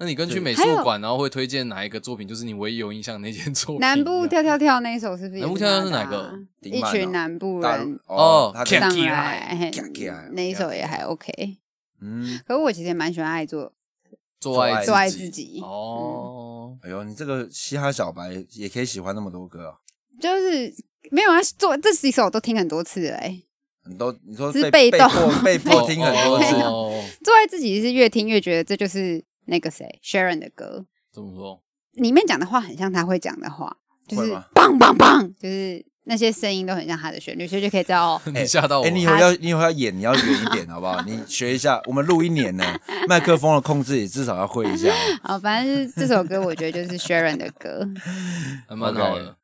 Speaker 3: 那你跟去美术馆，然后会推荐哪一个作品？就是你唯一有印象的那件作品？
Speaker 2: 南部跳跳跳那一首是不是也
Speaker 3: 南部
Speaker 2: 是
Speaker 3: 跳跳
Speaker 2: 他
Speaker 3: 是
Speaker 2: 的
Speaker 3: 哪
Speaker 2: 啊
Speaker 3: 个
Speaker 2: 一
Speaker 1: 丁满
Speaker 2: 群
Speaker 1: 哦
Speaker 2: 南部
Speaker 1: 大
Speaker 2: 人
Speaker 1: 陆
Speaker 3: 哦
Speaker 1: 他
Speaker 3: 看
Speaker 1: 的
Speaker 2: 上
Speaker 3: 起
Speaker 2: 来，嘿
Speaker 1: 看起来
Speaker 2: 那一首也还 OK。
Speaker 1: 嗯，
Speaker 2: 可是我其实也蛮喜欢爱做
Speaker 3: 做爱
Speaker 2: 做爱
Speaker 1: 自
Speaker 2: 自己，
Speaker 3: 哦，
Speaker 1: 哎呦，你这个嘻哈小白也可以喜欢那么多歌啊，
Speaker 2: 就是没有啊，做这几首我都听很多次了哎。
Speaker 1: 很多你说
Speaker 2: 是
Speaker 1: 被
Speaker 2: 被动
Speaker 1: 迫被迫嗯听很多
Speaker 2: 次
Speaker 1: 次，
Speaker 3: 哦
Speaker 2: 做爱自己是越听越觉得这就是那个谁 Sharon 的歌，
Speaker 3: 怎么说？
Speaker 2: 里面讲的话很像他会讲的话，就
Speaker 1: 会
Speaker 2: 是
Speaker 1: 吗
Speaker 2: 棒棒棒，就是那些声音都很像他的旋律，所以就可以知道 哦
Speaker 3: 你吓到我
Speaker 1: 哎，
Speaker 3: 了！
Speaker 1: 你以后要你以后要演，你要远一点好不好？你学一下，我们录一年呢，麦克风的控制也至少要会一下。哦
Speaker 2: 好，哦反正就是这首歌，我觉得就是 Sharon 的歌。
Speaker 3: 还蛮好
Speaker 1: OK
Speaker 3: 的。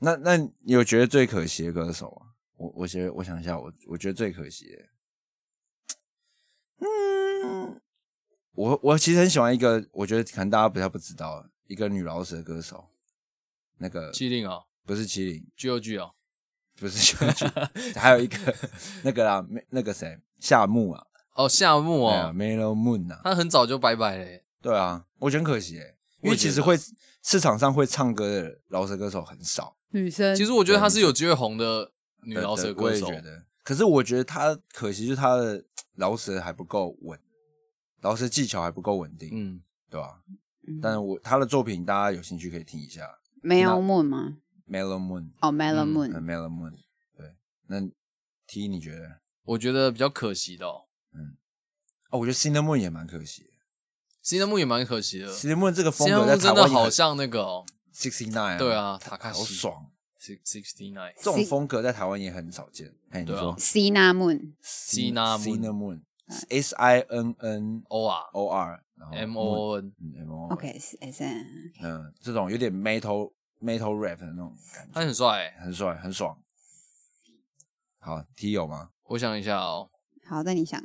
Speaker 1: 那那你有觉得最可惜的歌手啊？我我觉得我想一下，我我觉得最可惜的，嗯，我我其实很喜欢一个，我觉得可能大家比较不知道一个女饶舌歌手，那个
Speaker 3: 七零啊
Speaker 1: 不是麒麟，
Speaker 3: ，G O G 啊，
Speaker 1: 不是秋菊， 还有一个那个啦，那个谁夏木啊，
Speaker 3: 哦，夏木
Speaker 1: 对啊
Speaker 3: 哦，
Speaker 1: ，Melo Moon 啊，
Speaker 3: 他很早就拜拜嘞。
Speaker 1: 对啊，我觉得很可惜欸、因
Speaker 3: 我
Speaker 1: 为
Speaker 3: 也觉
Speaker 1: 其
Speaker 3: 得
Speaker 1: 实会市场上会唱歌的饶舌歌手很少，
Speaker 2: 女生
Speaker 3: 其实我觉得他是有机会红的女
Speaker 1: 对
Speaker 3: 饶舌
Speaker 1: 对
Speaker 3: 歌手
Speaker 1: 我也，觉得。可是我觉得他可惜，就是他的饶舌还不够稳，饶舌技巧还不够稳定，
Speaker 3: 嗯，
Speaker 1: 对吧、
Speaker 2: 嗯
Speaker 1: 但是我他的作品，大家有兴趣可以听一下
Speaker 2: 没有 Moon 吗？
Speaker 1: ，Melo Moon，
Speaker 2: 哦，Mellow
Speaker 3: 嗯
Speaker 2: Moon，
Speaker 1: 呃，Melo Moon，对。那 T 你觉得？
Speaker 3: 我觉得比较可惜的哦。
Speaker 1: 哦，我觉得 Cinnamon 也蛮可惜的
Speaker 3: C 木也蛮可惜的，C
Speaker 1: ，Cinnamon 这个风格在
Speaker 3: 木
Speaker 1: 台
Speaker 3: 真
Speaker 1: 湾
Speaker 3: 的
Speaker 1: 也很
Speaker 3: 好像那个哦
Speaker 1: Sixty Nine，
Speaker 3: 对啊塔卡西
Speaker 1: 好爽！
Speaker 3: ，Sixty Nine，
Speaker 1: 这种风格在台湾也很少见。哎，你
Speaker 3: 对啊
Speaker 1: 说
Speaker 2: c i n n a Moon，
Speaker 1: Cinnamon S I N N
Speaker 3: O R
Speaker 1: O R，然后
Speaker 3: M O N，
Speaker 1: 嗯 M O
Speaker 2: OK，是啊 S N，
Speaker 1: 嗯，这种有点 metal metal rap 的那种感
Speaker 3: 他
Speaker 1: 觉，
Speaker 3: 很帅欸。
Speaker 1: 很帅，很爽。好，T 有吗？
Speaker 3: 我想一下哦，
Speaker 2: 好，那你想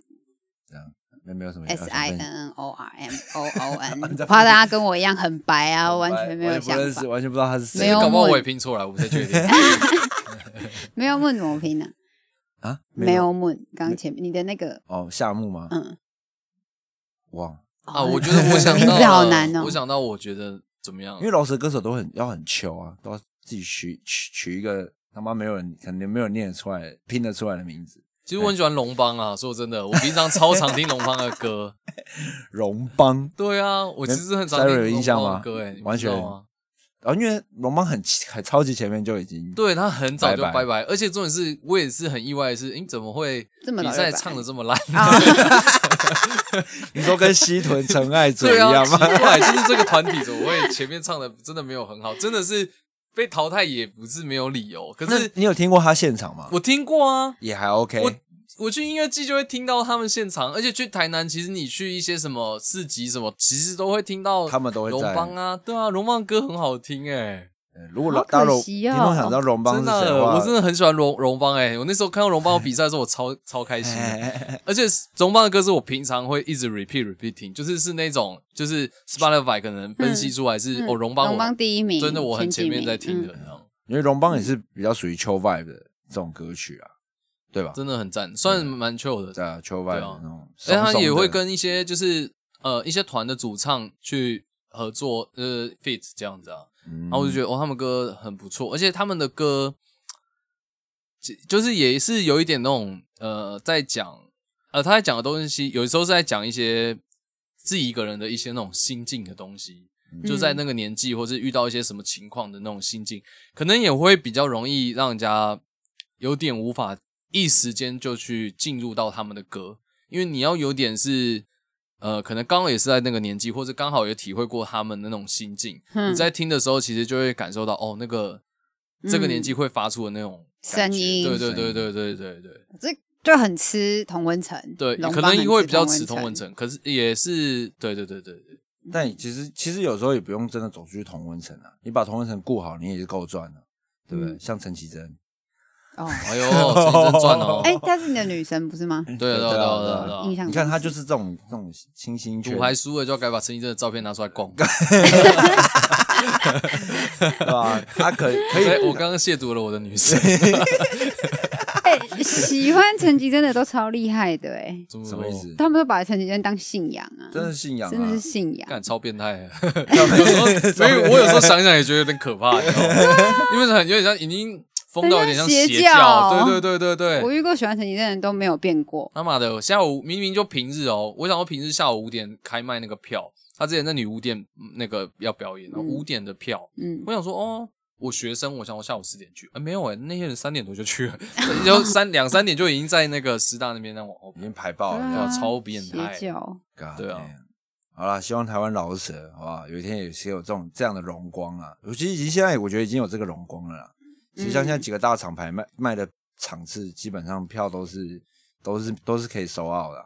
Speaker 1: 没没有什么
Speaker 2: S I N N O R M O O N，
Speaker 1: 你在
Speaker 2: 怕大家跟我一样很白啊，完全没有
Speaker 1: 不
Speaker 2: 想
Speaker 1: 认
Speaker 2: 法
Speaker 1: 识，。完全不知道他是谁。
Speaker 2: 没有
Speaker 3: 搞不好
Speaker 2: Moon
Speaker 3: 我也拼错了，我不 太确定。
Speaker 2: 没有 Moon 怎么拼呢？
Speaker 1: 啊，
Speaker 2: 没有 Moon，刚刚前面你的那个，
Speaker 1: 哦，夏木吗？
Speaker 2: 嗯，
Speaker 1: 忘，了，
Speaker 3: 啊，
Speaker 2: 哦
Speaker 3: 我觉得我想
Speaker 2: 名
Speaker 3: 到
Speaker 2: 字好
Speaker 3: 了
Speaker 2: 难哦
Speaker 3: 我。想到我觉得怎么样
Speaker 1: 因？为饶舌歌手都很要很求啊，都要自己取取取一个他妈没有人可能没有人念得出来、拼得出来的名字。
Speaker 3: 其实我很喜欢龙邦啊，说真的，我平常超常听龙邦的歌。
Speaker 1: 荣邦，
Speaker 3: 对啊，我其实很常
Speaker 1: Sarah 有
Speaker 3: 听
Speaker 1: 印
Speaker 3: 龙
Speaker 1: 象
Speaker 3: 邦
Speaker 1: 吗
Speaker 3: 的歌，哎，你
Speaker 1: 完
Speaker 3: 知道
Speaker 1: 全
Speaker 3: 吗？
Speaker 1: 然后哦因为荣邦很前很超级前面就已经
Speaker 3: 对他很早就
Speaker 1: 拜
Speaker 3: 拜
Speaker 1: 拜
Speaker 3: 拜，而且重点是我也是很意外的是，你怎么会
Speaker 2: 这么
Speaker 3: 比
Speaker 2: 老啊
Speaker 3: 赛
Speaker 2: 就拜
Speaker 3: 唱的这么烂？
Speaker 1: 你说跟西屯陈 爱祖一
Speaker 3: 对啊，
Speaker 1: 样
Speaker 3: 奇
Speaker 1: 吗？
Speaker 3: 怪，就是这个团体怎么会前面唱的真的没有很好，真的是被淘汰也不是没有理由。可
Speaker 1: 那
Speaker 3: 是
Speaker 1: 你有听过他现场吗？
Speaker 3: 我听过啊，
Speaker 1: 也还 OK，嗯
Speaker 3: 我我去音乐季就会听到他们现场，而且去台南，其实你去一些什么市集什么，其实都会听到
Speaker 1: 他们都会在
Speaker 3: 荣邦啊，对啊，荣邦的歌很好听哎、
Speaker 1: 呃如果
Speaker 2: 好
Speaker 1: 老
Speaker 2: 可
Speaker 1: 大陆
Speaker 2: 惜哦
Speaker 1: 听众想知道荣邦
Speaker 3: 真
Speaker 1: 是谁的
Speaker 3: 的，
Speaker 1: 话，
Speaker 3: 我真的很喜欢荣荣邦哎、我那时候看到荣邦比赛的时候，我超 超开心的， 而且荣邦的歌是我平常会一直 repeat repeat 听，就是是那种就是 Spotify 可能分析出来是、
Speaker 2: 嗯
Speaker 3: 哦荣邦我
Speaker 2: 荣邦第一名
Speaker 3: 真的我很前面在
Speaker 2: 前几
Speaker 3: 听
Speaker 2: 名嗯
Speaker 3: 的，然后
Speaker 1: 因为荣邦也是比较属于秋 vibe 的这种歌曲啊，对吧？
Speaker 3: 真的很赞，算蛮 chill 的，
Speaker 1: 对啊，秋 vibe
Speaker 3: 对啊
Speaker 1: 的那种松
Speaker 3: 哎，
Speaker 1: 松的，
Speaker 3: 他也会跟一些就是呃一些团的主唱去合作，呃 fit 这样子啊。
Speaker 1: 嗯，
Speaker 3: 然后我就觉得哦，他们歌很不错，而且他们的歌就就是也是有一点那种呃，在讲呃他在讲的东西，有时候是在讲一些自己一个人的一些那种心境的东西。就在那个年纪，或是遇到一些什么情况的那种心境，可能也会比较容易让人家有点无法一时间就去进入到他们的歌，因为你要有点是。呃，可能刚好也是在那个年纪，或者刚好也体会过他们的那种心境。
Speaker 2: 嗯
Speaker 3: 你在听的时候，其实就会感受到哦，那个这个年纪会发出的那种感觉
Speaker 2: 嗯声音
Speaker 3: 对对对对对对对。
Speaker 2: 这就很吃同温层，
Speaker 3: 对，
Speaker 2: 龙
Speaker 3: 可
Speaker 2: 帮
Speaker 3: 能
Speaker 2: 很
Speaker 3: 因为比较
Speaker 2: 吃
Speaker 3: 吃同文，层，可是也是对对对对对，
Speaker 1: 但其实其实有时候也不用真的走出去同温层啊，你把同温层顾好，你也是够赚了，对不对？
Speaker 2: 嗯
Speaker 1: 像陈绮贞，
Speaker 2: 哦，
Speaker 3: 哎呦，真真赚哦！
Speaker 2: 哎，她是你的女神不是 吗？
Speaker 3: 对对啊对对对
Speaker 2: 印
Speaker 3: 对
Speaker 2: 象
Speaker 1: 你看他就是这种这种清新圈
Speaker 3: 赌，牌输了就要该把陈绮贞的照片拿出来供。
Speaker 1: 对吧？他可 以可以
Speaker 3: 哎，我刚刚亵渎了我的 女神，
Speaker 2: 哎，喜欢陈绮贞的都超厉害的哎，
Speaker 3: 什么
Speaker 1: 什么意？思？
Speaker 2: 他们都把陈绮贞当信仰啊，
Speaker 1: 真的是信仰
Speaker 2: 真的
Speaker 1: 啊
Speaker 2: 是！信仰。
Speaker 3: 干超变态的， 有时候所以我有时候想想也觉得有点可怕，你知道吗？因为很有点像已经疯到有点像
Speaker 2: 很像
Speaker 3: 邪
Speaker 2: 邪教
Speaker 3: 对对对对
Speaker 2: 我
Speaker 3: 对。
Speaker 2: 遇过喜欢陈绮贞的人都没有变过，
Speaker 3: 他妈的，下午明明就平日哦，我想说平日下午五点开卖那个票，他之前在女巫店嗯那个要表演，然后五点的票，
Speaker 2: 嗯，
Speaker 3: 我想说，哦，我学生，我想我下午四点去，啊、没有哎、那些人三点多就去了，就三两三点就已经在那个师大那边让我
Speaker 1: 已经排爆
Speaker 3: 对啊
Speaker 1: 了，
Speaker 3: 超变态
Speaker 2: 邪教，
Speaker 1: God
Speaker 3: 对啊
Speaker 1: damn。好啦，希望台湾老舍，好不好？有一天也是有这种这样的荣光啊！尤其实现在我觉得已经有这个荣光了啦。其实像现
Speaker 3: 嗯
Speaker 1: 在几个大厂牌卖卖的场次，基本上票都是都是都是可以收到的啊，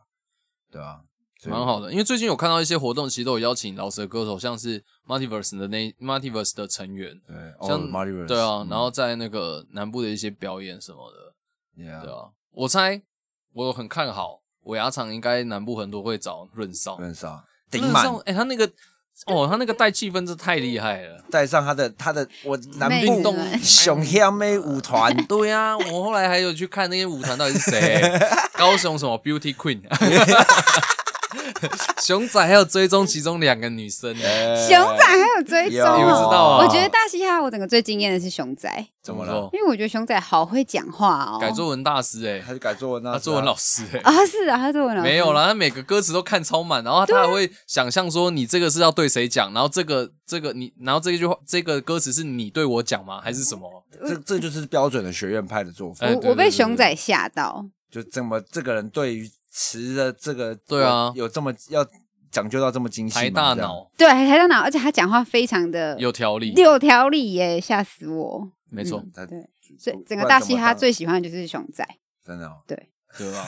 Speaker 1: 对吧、所以
Speaker 3: 蛮好的，因为最近有看到一些活动，其实都有邀请饶舌歌手，像是 Multiverse 的那 Multiverse 的成员，
Speaker 1: 对，
Speaker 3: 像、
Speaker 1: 哦 Multiverse，
Speaker 3: 对啊，
Speaker 1: 嗯
Speaker 3: 然后在那个南部的一些表演什么的，
Speaker 1: Yeah
Speaker 3: 对啊，我猜我很看好尾牙厂应该南部很多会找润少，
Speaker 1: 认识啊，顶
Speaker 3: 润
Speaker 1: 满
Speaker 3: 少，哎、他那个哦，他那个带气氛真的太厉害了。
Speaker 1: 带上他的他的我南
Speaker 2: 妹
Speaker 1: 部
Speaker 2: 运动
Speaker 1: 熊香妹舞团，
Speaker 3: 哎 对啊呀、我后来还有去看那些舞团到底是谁，高雄什么 Beauty Queen，熊仔还有追踪其中两个女生，哎
Speaker 1: 哎
Speaker 2: 熊仔还有追踪
Speaker 1: 有
Speaker 3: 你不知
Speaker 2: 哦，
Speaker 3: 道啊
Speaker 2: 我觉得大嘻哈我整个最惊艳的是熊仔，
Speaker 1: 怎么了？
Speaker 2: 因为我觉得熊仔好会讲话哦，
Speaker 3: 改作文大师哎、
Speaker 1: 他就改作文啊，
Speaker 3: 他作文老师哎、
Speaker 2: 啊是啊，他作文老师
Speaker 3: 没有啦，他每个歌词都看超满，然后他还会想象说你这个是要对谁讲，然后这个这个你，然后这句话这个歌词是你对我讲吗？还是什么？
Speaker 1: 这这就是标准的学院派的作风
Speaker 3: 哎，对
Speaker 2: 我我被
Speaker 3: 对对
Speaker 2: 熊仔吓到，
Speaker 1: 就这么这个人对于词的这个
Speaker 3: 对啊
Speaker 1: 有这么要讲究到这么精细吗，
Speaker 3: 抬大
Speaker 1: 这样
Speaker 3: 脑
Speaker 2: 对，还到脑，而且他讲话非常的
Speaker 3: 有条理，
Speaker 2: 六条理耶，吓死我！
Speaker 3: 没错，
Speaker 1: 他
Speaker 2: 对，所以
Speaker 1: 不
Speaker 2: 整
Speaker 1: 不
Speaker 2: 个
Speaker 1: 然
Speaker 2: 大
Speaker 1: 怎
Speaker 2: 嘻
Speaker 1: 么
Speaker 2: 哈
Speaker 1: 当
Speaker 2: 最喜欢的就是熊仔，
Speaker 1: 真的哦，
Speaker 3: 对 吧？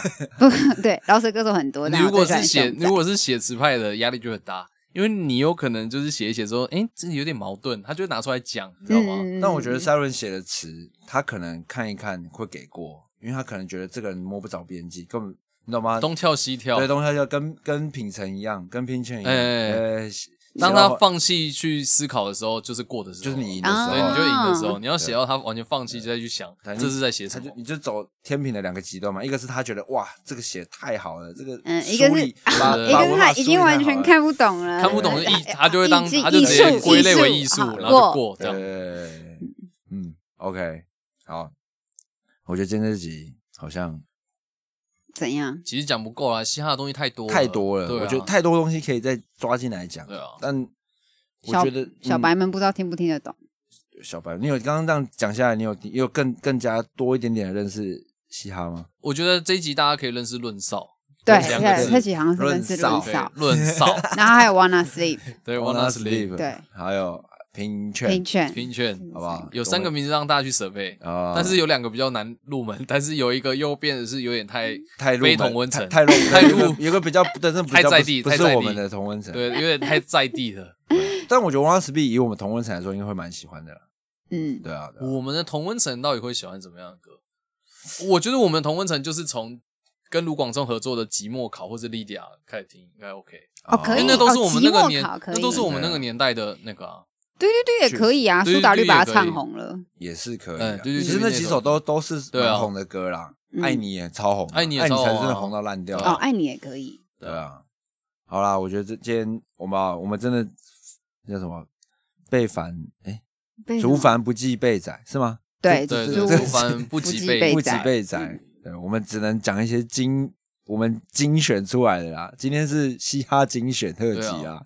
Speaker 2: 对，饶舌歌手很多，
Speaker 3: 你
Speaker 2: 但我
Speaker 3: 如果
Speaker 2: 最
Speaker 3: 是
Speaker 2: 喜欢
Speaker 3: 写
Speaker 2: 熊，仔
Speaker 3: 如果是写词派的，压力就很大，因为你有可能就是写一写说，哎、这有点矛盾，他就会拿出来讲，你知道吗？
Speaker 2: 嗯
Speaker 1: 但我觉得 Siren 写的词，他可能看一看会给过，因为他可能觉得这个人摸不着边际，根本你懂吗？
Speaker 3: 啊东跳西跳
Speaker 1: 对，，东西要跟跟品成一样，跟品成一样，
Speaker 3: 哎哎哎
Speaker 1: 呃，
Speaker 3: 当
Speaker 1: 写
Speaker 3: 他
Speaker 1: 到
Speaker 3: 放弃去思考的时候，就是过的时候，
Speaker 1: 就是你赢
Speaker 3: 的
Speaker 1: 的时
Speaker 3: 时
Speaker 1: 候，
Speaker 3: 候，对，你就赢的时候，
Speaker 2: 啊
Speaker 3: 你要写到他完全放弃，再去想
Speaker 1: 对
Speaker 3: 这是在写
Speaker 1: 他
Speaker 3: 什
Speaker 1: 就
Speaker 3: 么。
Speaker 1: 你就走天平的两个极端嘛，一个是他觉得哇这个写太好了，这个
Speaker 2: 嗯一
Speaker 1: 梳
Speaker 2: 个是
Speaker 1: 理把
Speaker 3: 对
Speaker 2: 一
Speaker 1: 把
Speaker 2: 个
Speaker 1: 文
Speaker 2: 是
Speaker 1: 法
Speaker 2: 他
Speaker 1: 梳
Speaker 2: 已
Speaker 1: 理
Speaker 2: 经
Speaker 1: 太
Speaker 2: 完
Speaker 1: 好
Speaker 2: 全
Speaker 1: 了
Speaker 2: 看不懂了，
Speaker 3: 看不懂的
Speaker 2: 哎
Speaker 3: 艺，他就会当
Speaker 2: 艺术
Speaker 3: 他就直接
Speaker 2: 艺术
Speaker 3: 归类为
Speaker 2: 艺
Speaker 3: 艺
Speaker 2: 术
Speaker 3: 术
Speaker 2: 好，
Speaker 3: 然后就
Speaker 2: 过
Speaker 3: 过这样。
Speaker 1: 对，嗯，OK，好，我觉得今天这集好像
Speaker 2: 怎样？
Speaker 3: 其实讲不够啦，嘻哈的东西太多
Speaker 1: 太多了，
Speaker 3: 对啊
Speaker 1: 我觉得太多东西可以再抓进来讲。
Speaker 3: 对啊
Speaker 1: 但我
Speaker 2: 小
Speaker 1: 觉得
Speaker 2: 小
Speaker 1: 嗯
Speaker 2: 白们不知道听不听得懂，
Speaker 1: 小白，你有刚刚这样讲下来，你有你有更更加多一点点的认识嘻哈吗？
Speaker 3: 我觉得这一集大家可以认识论少，
Speaker 2: 对
Speaker 3: 两个
Speaker 2: 对，
Speaker 3: 字
Speaker 2: 这几行是
Speaker 1: 润
Speaker 2: 认识
Speaker 1: 少
Speaker 2: 论
Speaker 3: 对
Speaker 2: 少，
Speaker 3: 论少，
Speaker 2: 然后还有 Wanna Sleep，
Speaker 3: 对
Speaker 1: Wanna
Speaker 3: ，Wanna Sleep，
Speaker 2: 对，
Speaker 1: 还有平
Speaker 2: 平
Speaker 1: 权，
Speaker 2: 权，
Speaker 3: 平权
Speaker 1: 好不好？
Speaker 3: 有三个名字让大家去设备。
Speaker 1: 啊，
Speaker 3: 但是有两个比较难入门，但是有一个又变得是有点太
Speaker 1: 太入
Speaker 3: 非
Speaker 1: 门
Speaker 3: 同温层
Speaker 1: 太太入
Speaker 3: 太入
Speaker 1: 有一个有一个比较真正比较
Speaker 3: 太
Speaker 1: 不
Speaker 3: 在
Speaker 1: 是
Speaker 3: 地
Speaker 1: 不
Speaker 3: 太
Speaker 1: 是
Speaker 3: 在地
Speaker 1: 我们的同温层。
Speaker 3: 对，有点太在地了。
Speaker 1: 但我觉得 One s p e e 以我们同温层来说，应该会蛮喜欢的啦。
Speaker 2: 嗯，
Speaker 1: 对 啊，对啊
Speaker 3: 我们的同温层到底会喜欢怎么样的歌？我觉得我们的同温层就是从跟卢广仲合作的《寂寞考》或者《莉迪亚》开始听，应该 OK。
Speaker 2: 哦可以
Speaker 3: 因为
Speaker 1: 啊
Speaker 3: 那都是我们那个年，
Speaker 2: 哦寂寞考可以
Speaker 3: 那都是我们那个年代的那个啊。
Speaker 2: 对对对，也可以啊，
Speaker 3: 对
Speaker 2: 苏打绿
Speaker 3: 对
Speaker 2: 把它
Speaker 3: 也可以
Speaker 2: 唱红了，
Speaker 1: 也是可以
Speaker 3: 哎
Speaker 1: 啊。
Speaker 3: 对对
Speaker 1: 其实
Speaker 3: 对对
Speaker 1: 那
Speaker 3: 那
Speaker 1: 几
Speaker 3: 首
Speaker 1: 首都都是
Speaker 3: 对啊
Speaker 1: 蛮红的歌啦，
Speaker 2: 嗯
Speaker 1: 爱你》也超红啊，
Speaker 3: 爱你也
Speaker 1: 爱你》
Speaker 3: 超
Speaker 1: 才
Speaker 3: 红啊
Speaker 1: 真的红到烂掉
Speaker 3: 对
Speaker 2: 哦，
Speaker 1: 啊。
Speaker 2: 爱你也可以，
Speaker 1: 对啊，好啦，我觉得这今天我们啊我们真的那叫什么被反哎，
Speaker 2: 被
Speaker 1: 竹
Speaker 2: 什么
Speaker 1: 凡不计被宰是吗？
Speaker 2: 对
Speaker 3: 对
Speaker 2: 竹
Speaker 1: 这
Speaker 3: 对，
Speaker 1: 这
Speaker 3: 不凡不及
Speaker 2: 及
Speaker 3: 被
Speaker 2: 被
Speaker 1: 不及
Speaker 2: 宰嗯
Speaker 1: 被宰，对，我们只能讲一些精我们精选出来的啦。今天是嘻哈精选特辑
Speaker 3: 对
Speaker 1: 啊，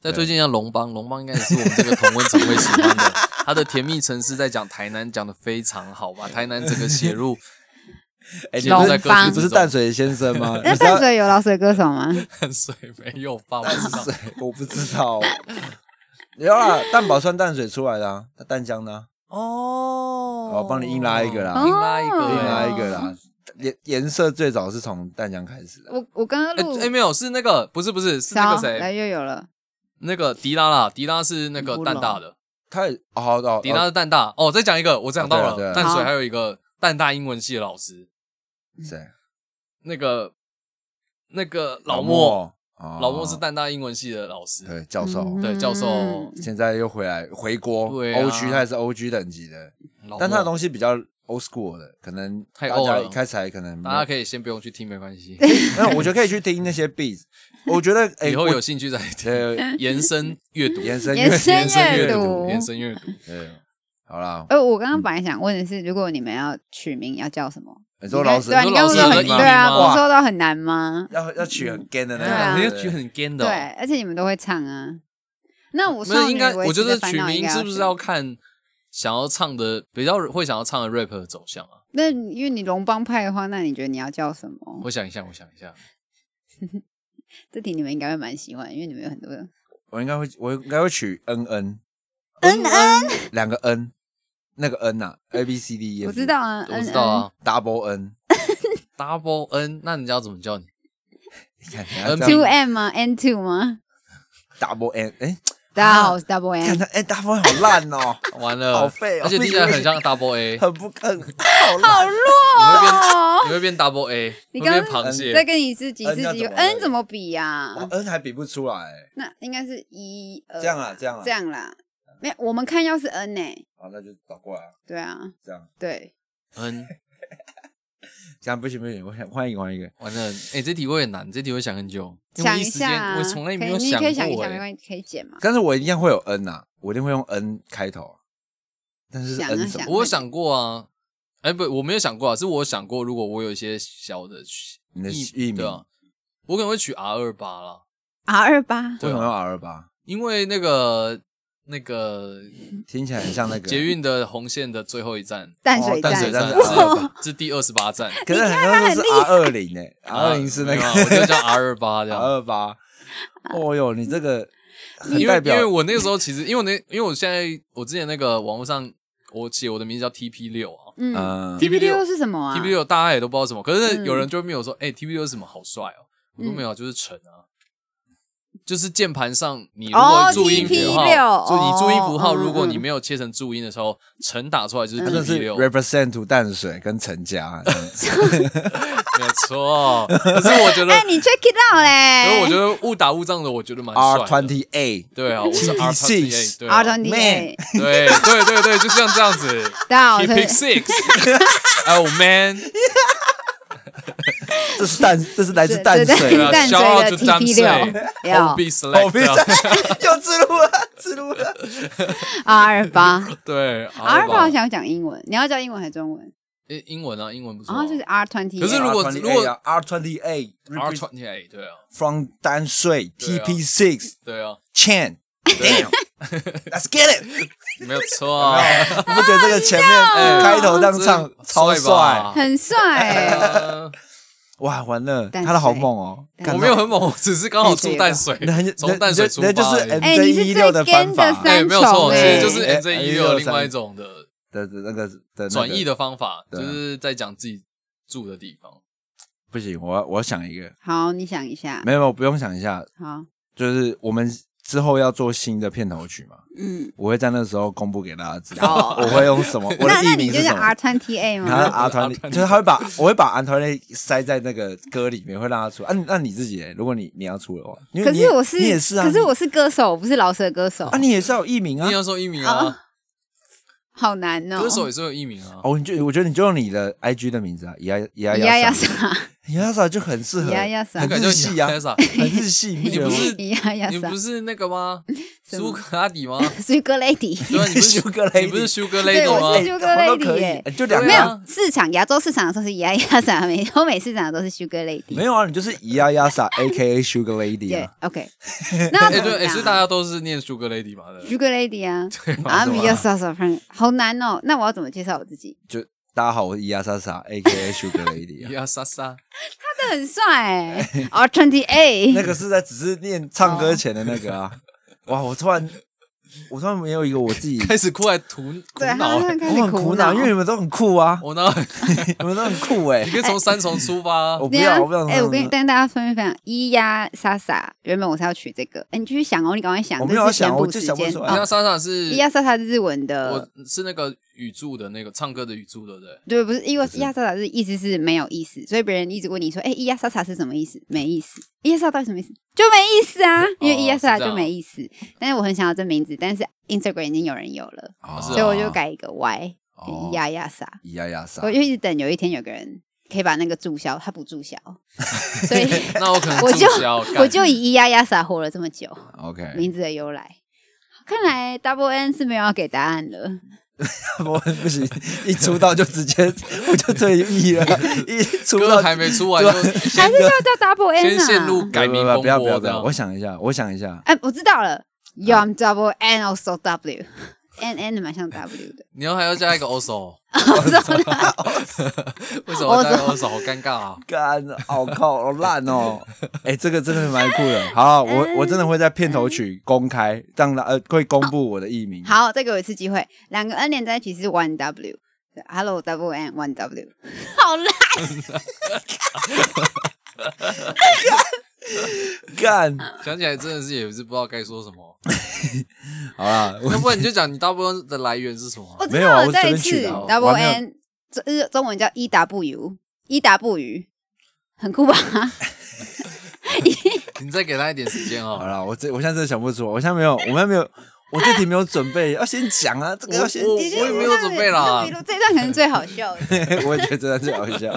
Speaker 3: 再推荐一下龙邦，龙邦应该也是我们这个同温层会喜欢 的。他的《甜蜜城市》在讲台南讲的非常好，把台南整个写入
Speaker 1: 哎，你
Speaker 3: 写入
Speaker 1: 不
Speaker 3: 在
Speaker 1: 是
Speaker 3: 歌词
Speaker 1: 你不是淡水先生 吗？
Speaker 2: 那
Speaker 1: 你知道
Speaker 2: 淡 水有老水歌手吗？
Speaker 3: 淡水没有吧？我知道
Speaker 1: 水，我不知道。有啦，蛋堡算淡水出来的啊，那淡江的、啊，
Speaker 3: 哦
Speaker 1: 我帮你硬拉一个啦
Speaker 3: 硬拉一个，
Speaker 2: 哦
Speaker 1: 另外一个啦。颜颜色最早是从淡江开始的，
Speaker 2: 我我刚刚
Speaker 3: 哎
Speaker 2: 录
Speaker 3: 哎，没有，是那个，不是不是，是那
Speaker 2: 好
Speaker 3: 个
Speaker 2: 来
Speaker 3: 谁，
Speaker 2: 又有了，
Speaker 3: 那个迪拉啦，迪拉是那个蛋大的，
Speaker 1: 它也哦好的，哦
Speaker 3: 迪拉是蛋大。哦，再讲一个，我讲到
Speaker 1: 啊对
Speaker 3: 了，
Speaker 1: 啊对啊
Speaker 3: 淡水
Speaker 2: 好
Speaker 3: 还有一个蛋大英文系的老师，
Speaker 1: 谁？
Speaker 3: 那个那个老莫，
Speaker 1: 莫，哦
Speaker 3: 老莫是淡大英文系的老师，
Speaker 1: 对教授，
Speaker 3: 对教授
Speaker 2: 嗯
Speaker 1: 现在又回来回国
Speaker 3: 对啊
Speaker 1: ，O 区他也是 O 区等级的，
Speaker 3: 老莫
Speaker 1: 但他的东西比较 old school 的，可能
Speaker 3: 太
Speaker 1: 大
Speaker 3: old
Speaker 1: 家
Speaker 3: 了
Speaker 1: 一开始还可
Speaker 2: 嗯
Speaker 1: 能没有
Speaker 3: 大家可以先不用去听，没关 系，
Speaker 1: 那我觉得可以去听那些 beat，我觉得哎，
Speaker 3: 以后
Speaker 1: 我
Speaker 3: 有兴趣 再听。
Speaker 1: 对
Speaker 3: 延伸阅读，
Speaker 1: 延伸
Speaker 2: 延伸
Speaker 1: 延伸
Speaker 2: 阅
Speaker 1: 阅
Speaker 2: 读
Speaker 3: 延伸阅读，
Speaker 1: 对，好啦，
Speaker 2: 呃，我
Speaker 3: 嗯
Speaker 2: 刚刚本来想问的是，如果你们要取名要叫什么？
Speaker 1: 你说老师
Speaker 2: 对啊，
Speaker 3: 你
Speaker 2: 你刚刚
Speaker 3: 说老师
Speaker 2: 说
Speaker 3: 有
Speaker 2: 很
Speaker 3: 一名
Speaker 2: 对啊，
Speaker 3: 吗
Speaker 2: 不是说到很难吗？
Speaker 1: 要要取很 gay 的
Speaker 3: 对
Speaker 1: 那
Speaker 2: 啊
Speaker 1: 种，对
Speaker 3: 那个曲很 gay 的
Speaker 2: 对
Speaker 3: 哦。，
Speaker 2: 而且你们都会唱啊。那我
Speaker 3: 没有
Speaker 2: 少女
Speaker 3: 应该，
Speaker 2: 维
Speaker 3: 我觉
Speaker 2: 持的
Speaker 3: 得
Speaker 2: 烦
Speaker 3: 取
Speaker 2: 恼应
Speaker 3: 名
Speaker 2: 该
Speaker 3: 是不是
Speaker 2: 取
Speaker 3: 要看想要唱的比较会想要唱的 rap 的走向啊？
Speaker 2: 那因为你龙帮派的话，那你觉得你要叫什么？
Speaker 3: 我想一下，我想一下，
Speaker 2: 这题你们应该会蛮喜欢，因为你们有很多人
Speaker 1: 我应该会，我应该会取 N N
Speaker 3: 嗯嗯，
Speaker 1: 两个 N，那个 N 呐，A B C D E，
Speaker 2: 我知道啊，
Speaker 3: 我
Speaker 2: 嗯
Speaker 3: 知道啊
Speaker 1: ，Double N，
Speaker 3: ，double n，那人家怎么叫你？
Speaker 1: 你看人家
Speaker 3: N
Speaker 1: 这
Speaker 2: Two
Speaker 1: 样
Speaker 2: M 吗？N Two 吗？
Speaker 1: Double N，哎，
Speaker 2: 大家
Speaker 3: 啊
Speaker 2: 好，我是 Double
Speaker 1: 看
Speaker 2: M。
Speaker 1: 他，哎，Double N 好烂哦，
Speaker 3: 完了，
Speaker 1: 好废哦
Speaker 3: 而且听起来很像 double a，你
Speaker 1: 很不很好烂，
Speaker 3: 会 变
Speaker 2: 哦，
Speaker 3: 你会变 double a，
Speaker 2: 你
Speaker 3: 会
Speaker 2: 刚
Speaker 3: 变
Speaker 2: 刚
Speaker 3: 螃
Speaker 2: 再
Speaker 3: 蟹，
Speaker 2: 跟你是几次
Speaker 1: 嗯要
Speaker 2: 几
Speaker 1: 怎么来
Speaker 2: N 怎么比呀？
Speaker 1: 哇 N 还比不出来，
Speaker 2: 那应该是一二
Speaker 1: 这样啊，这样啊，
Speaker 2: 这，样啦。没有，我们看要是 N 呢？
Speaker 1: 好，那就倒过来啊，
Speaker 2: 对啊，
Speaker 1: 这样，
Speaker 2: 对，
Speaker 3: 嗯，
Speaker 1: 这样不行不行，我想换一个换一个，
Speaker 3: 完了，哎，这题会很难，这题会想很久，因为我
Speaker 2: 想
Speaker 3: 一
Speaker 2: 一
Speaker 3: 时
Speaker 2: 下
Speaker 3: 间
Speaker 2: 啊，
Speaker 3: 我从来没有
Speaker 2: 可以你可以想一
Speaker 3: 过
Speaker 2: 下，
Speaker 3: 欸
Speaker 2: 没关系，可以剪嘛。
Speaker 1: 但是我一定会有 N 呐，我一定会用 N 开头啊，但是是
Speaker 2: 想啊
Speaker 1: N 什么
Speaker 2: 想？
Speaker 3: 我有想过啊，哎、不，我没有想过啊，是我有想过，如果我有一些小的取
Speaker 1: 你的
Speaker 3: 艺
Speaker 1: 艺名
Speaker 3: 对啊，我可能会取 R 二八啦，
Speaker 2: R 二八，
Speaker 1: 为什么要 R 八？
Speaker 3: 因为那个那个
Speaker 1: 听起来很像那个
Speaker 3: 捷。运的红线的最后一站，
Speaker 2: 淡水
Speaker 1: 哦淡水
Speaker 2: 站，
Speaker 1: 站
Speaker 3: 站
Speaker 1: 是 R28
Speaker 3: 是第二十八站，
Speaker 1: 可是很多都是 R 二零诶，R 二零是那
Speaker 3: 没有啊
Speaker 1: 个
Speaker 3: 我就叫 R 二八这
Speaker 1: R
Speaker 3: 样。
Speaker 1: 二 八。哦哟，你这个 很
Speaker 3: 因为
Speaker 1: 代
Speaker 3: 因
Speaker 1: 表
Speaker 3: 为我那个时候其实，因为我那因为我现在我之前那个网络上我写我的名字叫 TP 六啊
Speaker 2: 嗯
Speaker 1: 嗯，
Speaker 2: ，T P 六
Speaker 3: TP6
Speaker 2: 是什么啊
Speaker 3: ，TP 六大家也都不知道什么，可是
Speaker 2: 嗯
Speaker 3: 有人就没有说，哎、t p 六是什么好帅哦、我说
Speaker 2: 嗯
Speaker 3: 没有啊，就是沉啊，就是键盘上你如
Speaker 2: 哦
Speaker 3: 果注音符号，
Speaker 2: TP6
Speaker 3: 就你注音符号，
Speaker 2: 哦
Speaker 3: 如果你
Speaker 2: 嗯
Speaker 3: 没有切成注音的时候，沉打出来就是
Speaker 1: 他这
Speaker 3: TP
Speaker 1: 是
Speaker 3: 六、
Speaker 1: represent to 淡水跟陈家， 啊
Speaker 3: 没有错。可是我觉 得，
Speaker 2: 哎，你哎 check it out
Speaker 3: 可是我觉
Speaker 2: 嘞
Speaker 3: 得误打误撞的，我觉得蛮
Speaker 1: R
Speaker 3: 帅的。
Speaker 1: twenty eight，
Speaker 3: 对啊，我是 R twenty
Speaker 1: TP6
Speaker 3: eight，对啊
Speaker 2: ，R 团体
Speaker 1: Man
Speaker 3: 对对对对，就像这 样子
Speaker 2: 哎到
Speaker 3: t p six，哦 man，
Speaker 1: 这是淡，这是来自
Speaker 2: 对
Speaker 1: 淡水
Speaker 3: 对
Speaker 2: 对
Speaker 3: 啊
Speaker 1: 的。
Speaker 2: 淡水
Speaker 3: shout out
Speaker 2: 的
Speaker 3: to 淡
Speaker 2: TP
Speaker 3: 水
Speaker 2: 六哦
Speaker 3: o
Speaker 2: 要
Speaker 3: b
Speaker 1: 我 被
Speaker 3: select，
Speaker 1: 又自录了，自录了。
Speaker 2: R 八
Speaker 3: 对
Speaker 2: ，R 八好
Speaker 3: 吧
Speaker 2: 像要讲英文，你要叫英文还是中文？
Speaker 3: 诶英文啊，英文不错
Speaker 2: 然
Speaker 3: 啊。
Speaker 2: 后哦就是 R 团体，
Speaker 3: 可是如果如果
Speaker 1: R twenty eight
Speaker 3: R twenty eight，对啊，
Speaker 1: from 淡水
Speaker 3: 对啊
Speaker 1: TP six
Speaker 3: 对啊，
Speaker 1: Chan，damn，let's get it。
Speaker 3: 没有错 啊， 哎
Speaker 1: 你不觉得这个 前面开头这样唱超
Speaker 3: 帅吧
Speaker 1: 帅？
Speaker 2: 很帅 欸，
Speaker 3: 呃
Speaker 1: 哇，完了，
Speaker 2: 淡
Speaker 1: 他的好
Speaker 2: 水
Speaker 1: 猛哦！
Speaker 2: 淡
Speaker 1: 干
Speaker 3: 我
Speaker 2: 水
Speaker 3: 没有很猛，我只是刚好住淡水
Speaker 1: 那很，
Speaker 3: 从淡水出发
Speaker 1: 那那就是
Speaker 3: 而已。
Speaker 1: M
Speaker 2: 哎，你是
Speaker 1: MJ16
Speaker 2: 最
Speaker 1: 的方
Speaker 2: gen 的
Speaker 1: 法
Speaker 3: 哎，
Speaker 2: 三
Speaker 3: 没有错，
Speaker 2: 重
Speaker 3: 其
Speaker 2: 哎
Speaker 3: 实，就是
Speaker 1: 哎
Speaker 3: M J 一
Speaker 1: 哎
Speaker 3: 六
Speaker 1: 哎
Speaker 3: 另外一种的
Speaker 1: 的的那个的那个
Speaker 3: 转移的方法，
Speaker 1: 对
Speaker 3: 就
Speaker 1: 啊
Speaker 3: 是在讲自己住的地方。
Speaker 1: 不行，我要我要想一个，
Speaker 2: 好，你想一下，
Speaker 1: 没有，没有不用想一下，
Speaker 2: 好，
Speaker 1: 就是我们之后要做新的片头曲嘛，
Speaker 2: 嗯，
Speaker 1: 我会在那时候公布给大家知道
Speaker 2: 好，
Speaker 1: 我会用什么，我
Speaker 2: 哦
Speaker 1: 的
Speaker 2: 那那
Speaker 1: 艺
Speaker 2: 你
Speaker 1: 名
Speaker 2: 就是是
Speaker 1: 什
Speaker 2: R
Speaker 1: 么。啊
Speaker 2: 团体 A
Speaker 1: 然后
Speaker 2: 吗？
Speaker 1: R 团体就是他会把我会把 R 团类塞在那个歌里面，会让他出。啊，你那你自己欸，如果你你要出的话，因为
Speaker 2: 可
Speaker 1: 你
Speaker 2: 是
Speaker 1: 也
Speaker 2: 我是，
Speaker 1: 你也是啊，
Speaker 2: 可是
Speaker 1: 你
Speaker 2: 我是歌手，我不是老舍歌手
Speaker 1: 啊，，你也是要有艺名啊
Speaker 3: 你。要说艺名啊，
Speaker 2: 好难哦。
Speaker 3: 歌手也是有艺名啊。
Speaker 1: 哦哦，你就我觉得你就用你的 IG 的名字啊，也要也要
Speaker 2: 呀呀
Speaker 1: 要
Speaker 2: 啥？
Speaker 1: 雅萨就很适合，
Speaker 2: 雅雅萨
Speaker 1: 很
Speaker 3: 那个
Speaker 1: 日
Speaker 3: 叫
Speaker 1: 系啊
Speaker 3: 雅雅萨，
Speaker 1: 很日系，你不觉得
Speaker 3: 不
Speaker 1: 吗？
Speaker 3: 是
Speaker 2: 一样呀
Speaker 3: 你
Speaker 2: 啥
Speaker 3: 不是那个吗？
Speaker 2: 什
Speaker 3: 苏
Speaker 2: 么
Speaker 3: 格拉底吗？
Speaker 2: ，Sugar Lady，
Speaker 3: 对啊， 你不是
Speaker 1: Sugar Lady
Speaker 3: 你不是 Sugar
Speaker 2: 对
Speaker 3: Lady
Speaker 2: 我
Speaker 3: 吗
Speaker 2: 是？Sugar
Speaker 1: 什么都
Speaker 2: Lady
Speaker 1: 可以
Speaker 2: 耶，
Speaker 1: 哎就两个
Speaker 2: 没
Speaker 3: 对
Speaker 1: 啊
Speaker 3: 啊
Speaker 2: 有市场，亚洲市场的时候是雅雅啥，美欧美市场的都是 Sugar Lady。
Speaker 1: 没有啊，你就是咿呀呀 萨 A K A Sugar Lady
Speaker 2: 对
Speaker 1: 啊，
Speaker 2: ，OK，那要
Speaker 3: 哎，
Speaker 2: 怎么
Speaker 3: 对，哎，所以
Speaker 2: 讲
Speaker 3: 大家都是念 Sugar Lady 嘛 对不对
Speaker 2: Sugar Lady 啊，
Speaker 1: 啊
Speaker 2: 啊，
Speaker 1: 什么
Speaker 2: 米亚莎莎，好难哦。那我要怎么介绍我自 己？
Speaker 1: 就大家好，我是咿呀萨萨 A K A Sugar Lady 啊。
Speaker 3: 呀莎莎，
Speaker 2: 这很帅哎，哦，Twenty Eight，
Speaker 1: 那个是在只是念唱歌前的那个 啊。哇，我突然，我突然没有一个我自己，
Speaker 3: 开始哭来苦苦
Speaker 2: 对，啊
Speaker 3: 恼
Speaker 2: 他 他
Speaker 3: 欸，
Speaker 2: 开
Speaker 1: 我
Speaker 2: 始
Speaker 1: 很苦恼，因为你们都很酷啊，
Speaker 3: 我呢，
Speaker 1: 你们都很酷哎
Speaker 3: 你。可以从三重出发啊
Speaker 1: 我，不
Speaker 2: 等一下
Speaker 1: 要，我不要。
Speaker 2: 哎、我跟你跟大家分享，咿呀莎莎，原本我是要取这个，哎、你继续想哦，你赶快想，
Speaker 1: 我没有
Speaker 2: 这是
Speaker 1: 想
Speaker 2: 填补
Speaker 1: 我就
Speaker 2: 时
Speaker 1: 想不
Speaker 2: 间
Speaker 1: 出来
Speaker 3: 呀
Speaker 2: 哦
Speaker 3: 莎莎是
Speaker 2: 咿呀莎莎是日文
Speaker 3: 我
Speaker 2: 的，
Speaker 3: 是那个语助的那个唱歌的语助，对不对？
Speaker 2: 对，不是，因为
Speaker 1: 不
Speaker 2: 咿
Speaker 1: 是
Speaker 2: 呀莎莎是意思是没有意思，所以别人一直问你说，哎、咿呀莎莎是什么意思？没意思，咿呀莎莎到底什么意思？就没意思啊，因为咿呀莎莎就没意思。但是我很想要这名字，但是 Instagram 已经有人有了，
Speaker 1: 哦
Speaker 3: 是啊
Speaker 2: 所以我就改一个 Y，变
Speaker 1: 哦啊
Speaker 2: 咿呀呀 莎。
Speaker 1: 咿呀呀萨
Speaker 2: 我。就一直等有一天有个人可以把那个注销，他不注销，所 以
Speaker 3: 那我可能
Speaker 2: 我就
Speaker 3: 注销干
Speaker 2: 我就以咿呀呀撒活了这么久，
Speaker 1: OK，
Speaker 2: 名字的由来。看来 Double N 是没有要给答案了，
Speaker 1: 我 不行，一出道就直接我就退役 了，一出
Speaker 3: 歌
Speaker 1: 道
Speaker 3: 还没出完
Speaker 1: 对
Speaker 3: 就
Speaker 1: 啊
Speaker 2: 还是要叫 Double
Speaker 3: 先
Speaker 2: N
Speaker 3: 陷入
Speaker 2: 啊？
Speaker 3: 改名
Speaker 1: 不要
Speaker 3: 风
Speaker 1: 不要不
Speaker 3: 波
Speaker 1: 要
Speaker 3: 这
Speaker 1: 不要，
Speaker 3: 样
Speaker 1: 我。想一下，我想一下，
Speaker 2: 哎、我知道了，Yo I'm Double N also W。N N 蛮像 W 的，
Speaker 3: 你要还要加一 个 also，为什么要加一个 also？好尴尬啊！
Speaker 1: 干，好靠，好烂哦！ 哎、这个真的蛮酷的。好，我我真的会在片头曲公开，让他呃会公布我的艺名。
Speaker 2: 好，再给我一次机会，两个 N 连在一起是 One W。对 Hello Double N One W，好烂，
Speaker 1: 干，
Speaker 3: 想起来真的是也是不知道该说什么。
Speaker 1: 好啦，我
Speaker 3: 要不然你就讲你大部分的来源是什么啊？
Speaker 2: 我知
Speaker 1: 没有啊
Speaker 2: 道了，
Speaker 1: 我
Speaker 2: 再
Speaker 1: 随
Speaker 2: 一
Speaker 1: 便取
Speaker 2: 次
Speaker 1: 的啊
Speaker 2: Double
Speaker 1: 我还没有
Speaker 2: N，这日中文叫 E W E W，很酷吧？
Speaker 3: 你再给他一点时间
Speaker 1: 好
Speaker 3: 哦。
Speaker 1: 啦，我这我现在真的想不出，我现在没有，我们没有，我这题没有准备，要先讲啊，这个要先
Speaker 3: 我我
Speaker 1: 讲
Speaker 3: 也没有准备啦
Speaker 2: 录一录这一段可能最好笑 的。
Speaker 1: 我也觉得这段最好笑。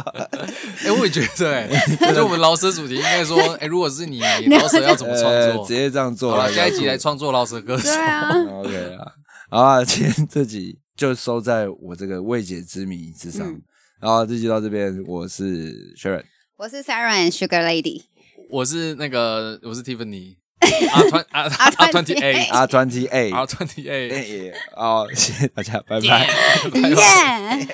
Speaker 3: 哎，我也觉得，哎，就我们老舍主题应该说，哎，如果是你， 你老舍要 怎么创
Speaker 1: 呃
Speaker 3: 作
Speaker 1: 直？接这样做
Speaker 3: 好
Speaker 1: 啊
Speaker 3: 了，下一集来创作老舍歌手
Speaker 2: 对。啊，
Speaker 1: OK 啊，好啊， 今天这集就收在我这个未解之谜之上。
Speaker 2: 嗯
Speaker 1: 然后这集到这边，我是 Sharon。
Speaker 2: 我是 Siren Sugar Lady，
Speaker 3: 我是那个，我是 Tiffany，阿啊川阿阿
Speaker 2: R28
Speaker 3: 川 T A
Speaker 1: R
Speaker 3: 啊
Speaker 1: 哎 twenty eight，
Speaker 3: 阿川 T A。
Speaker 1: 哎，好，谢谢大家，拜拜。
Speaker 2: 耶！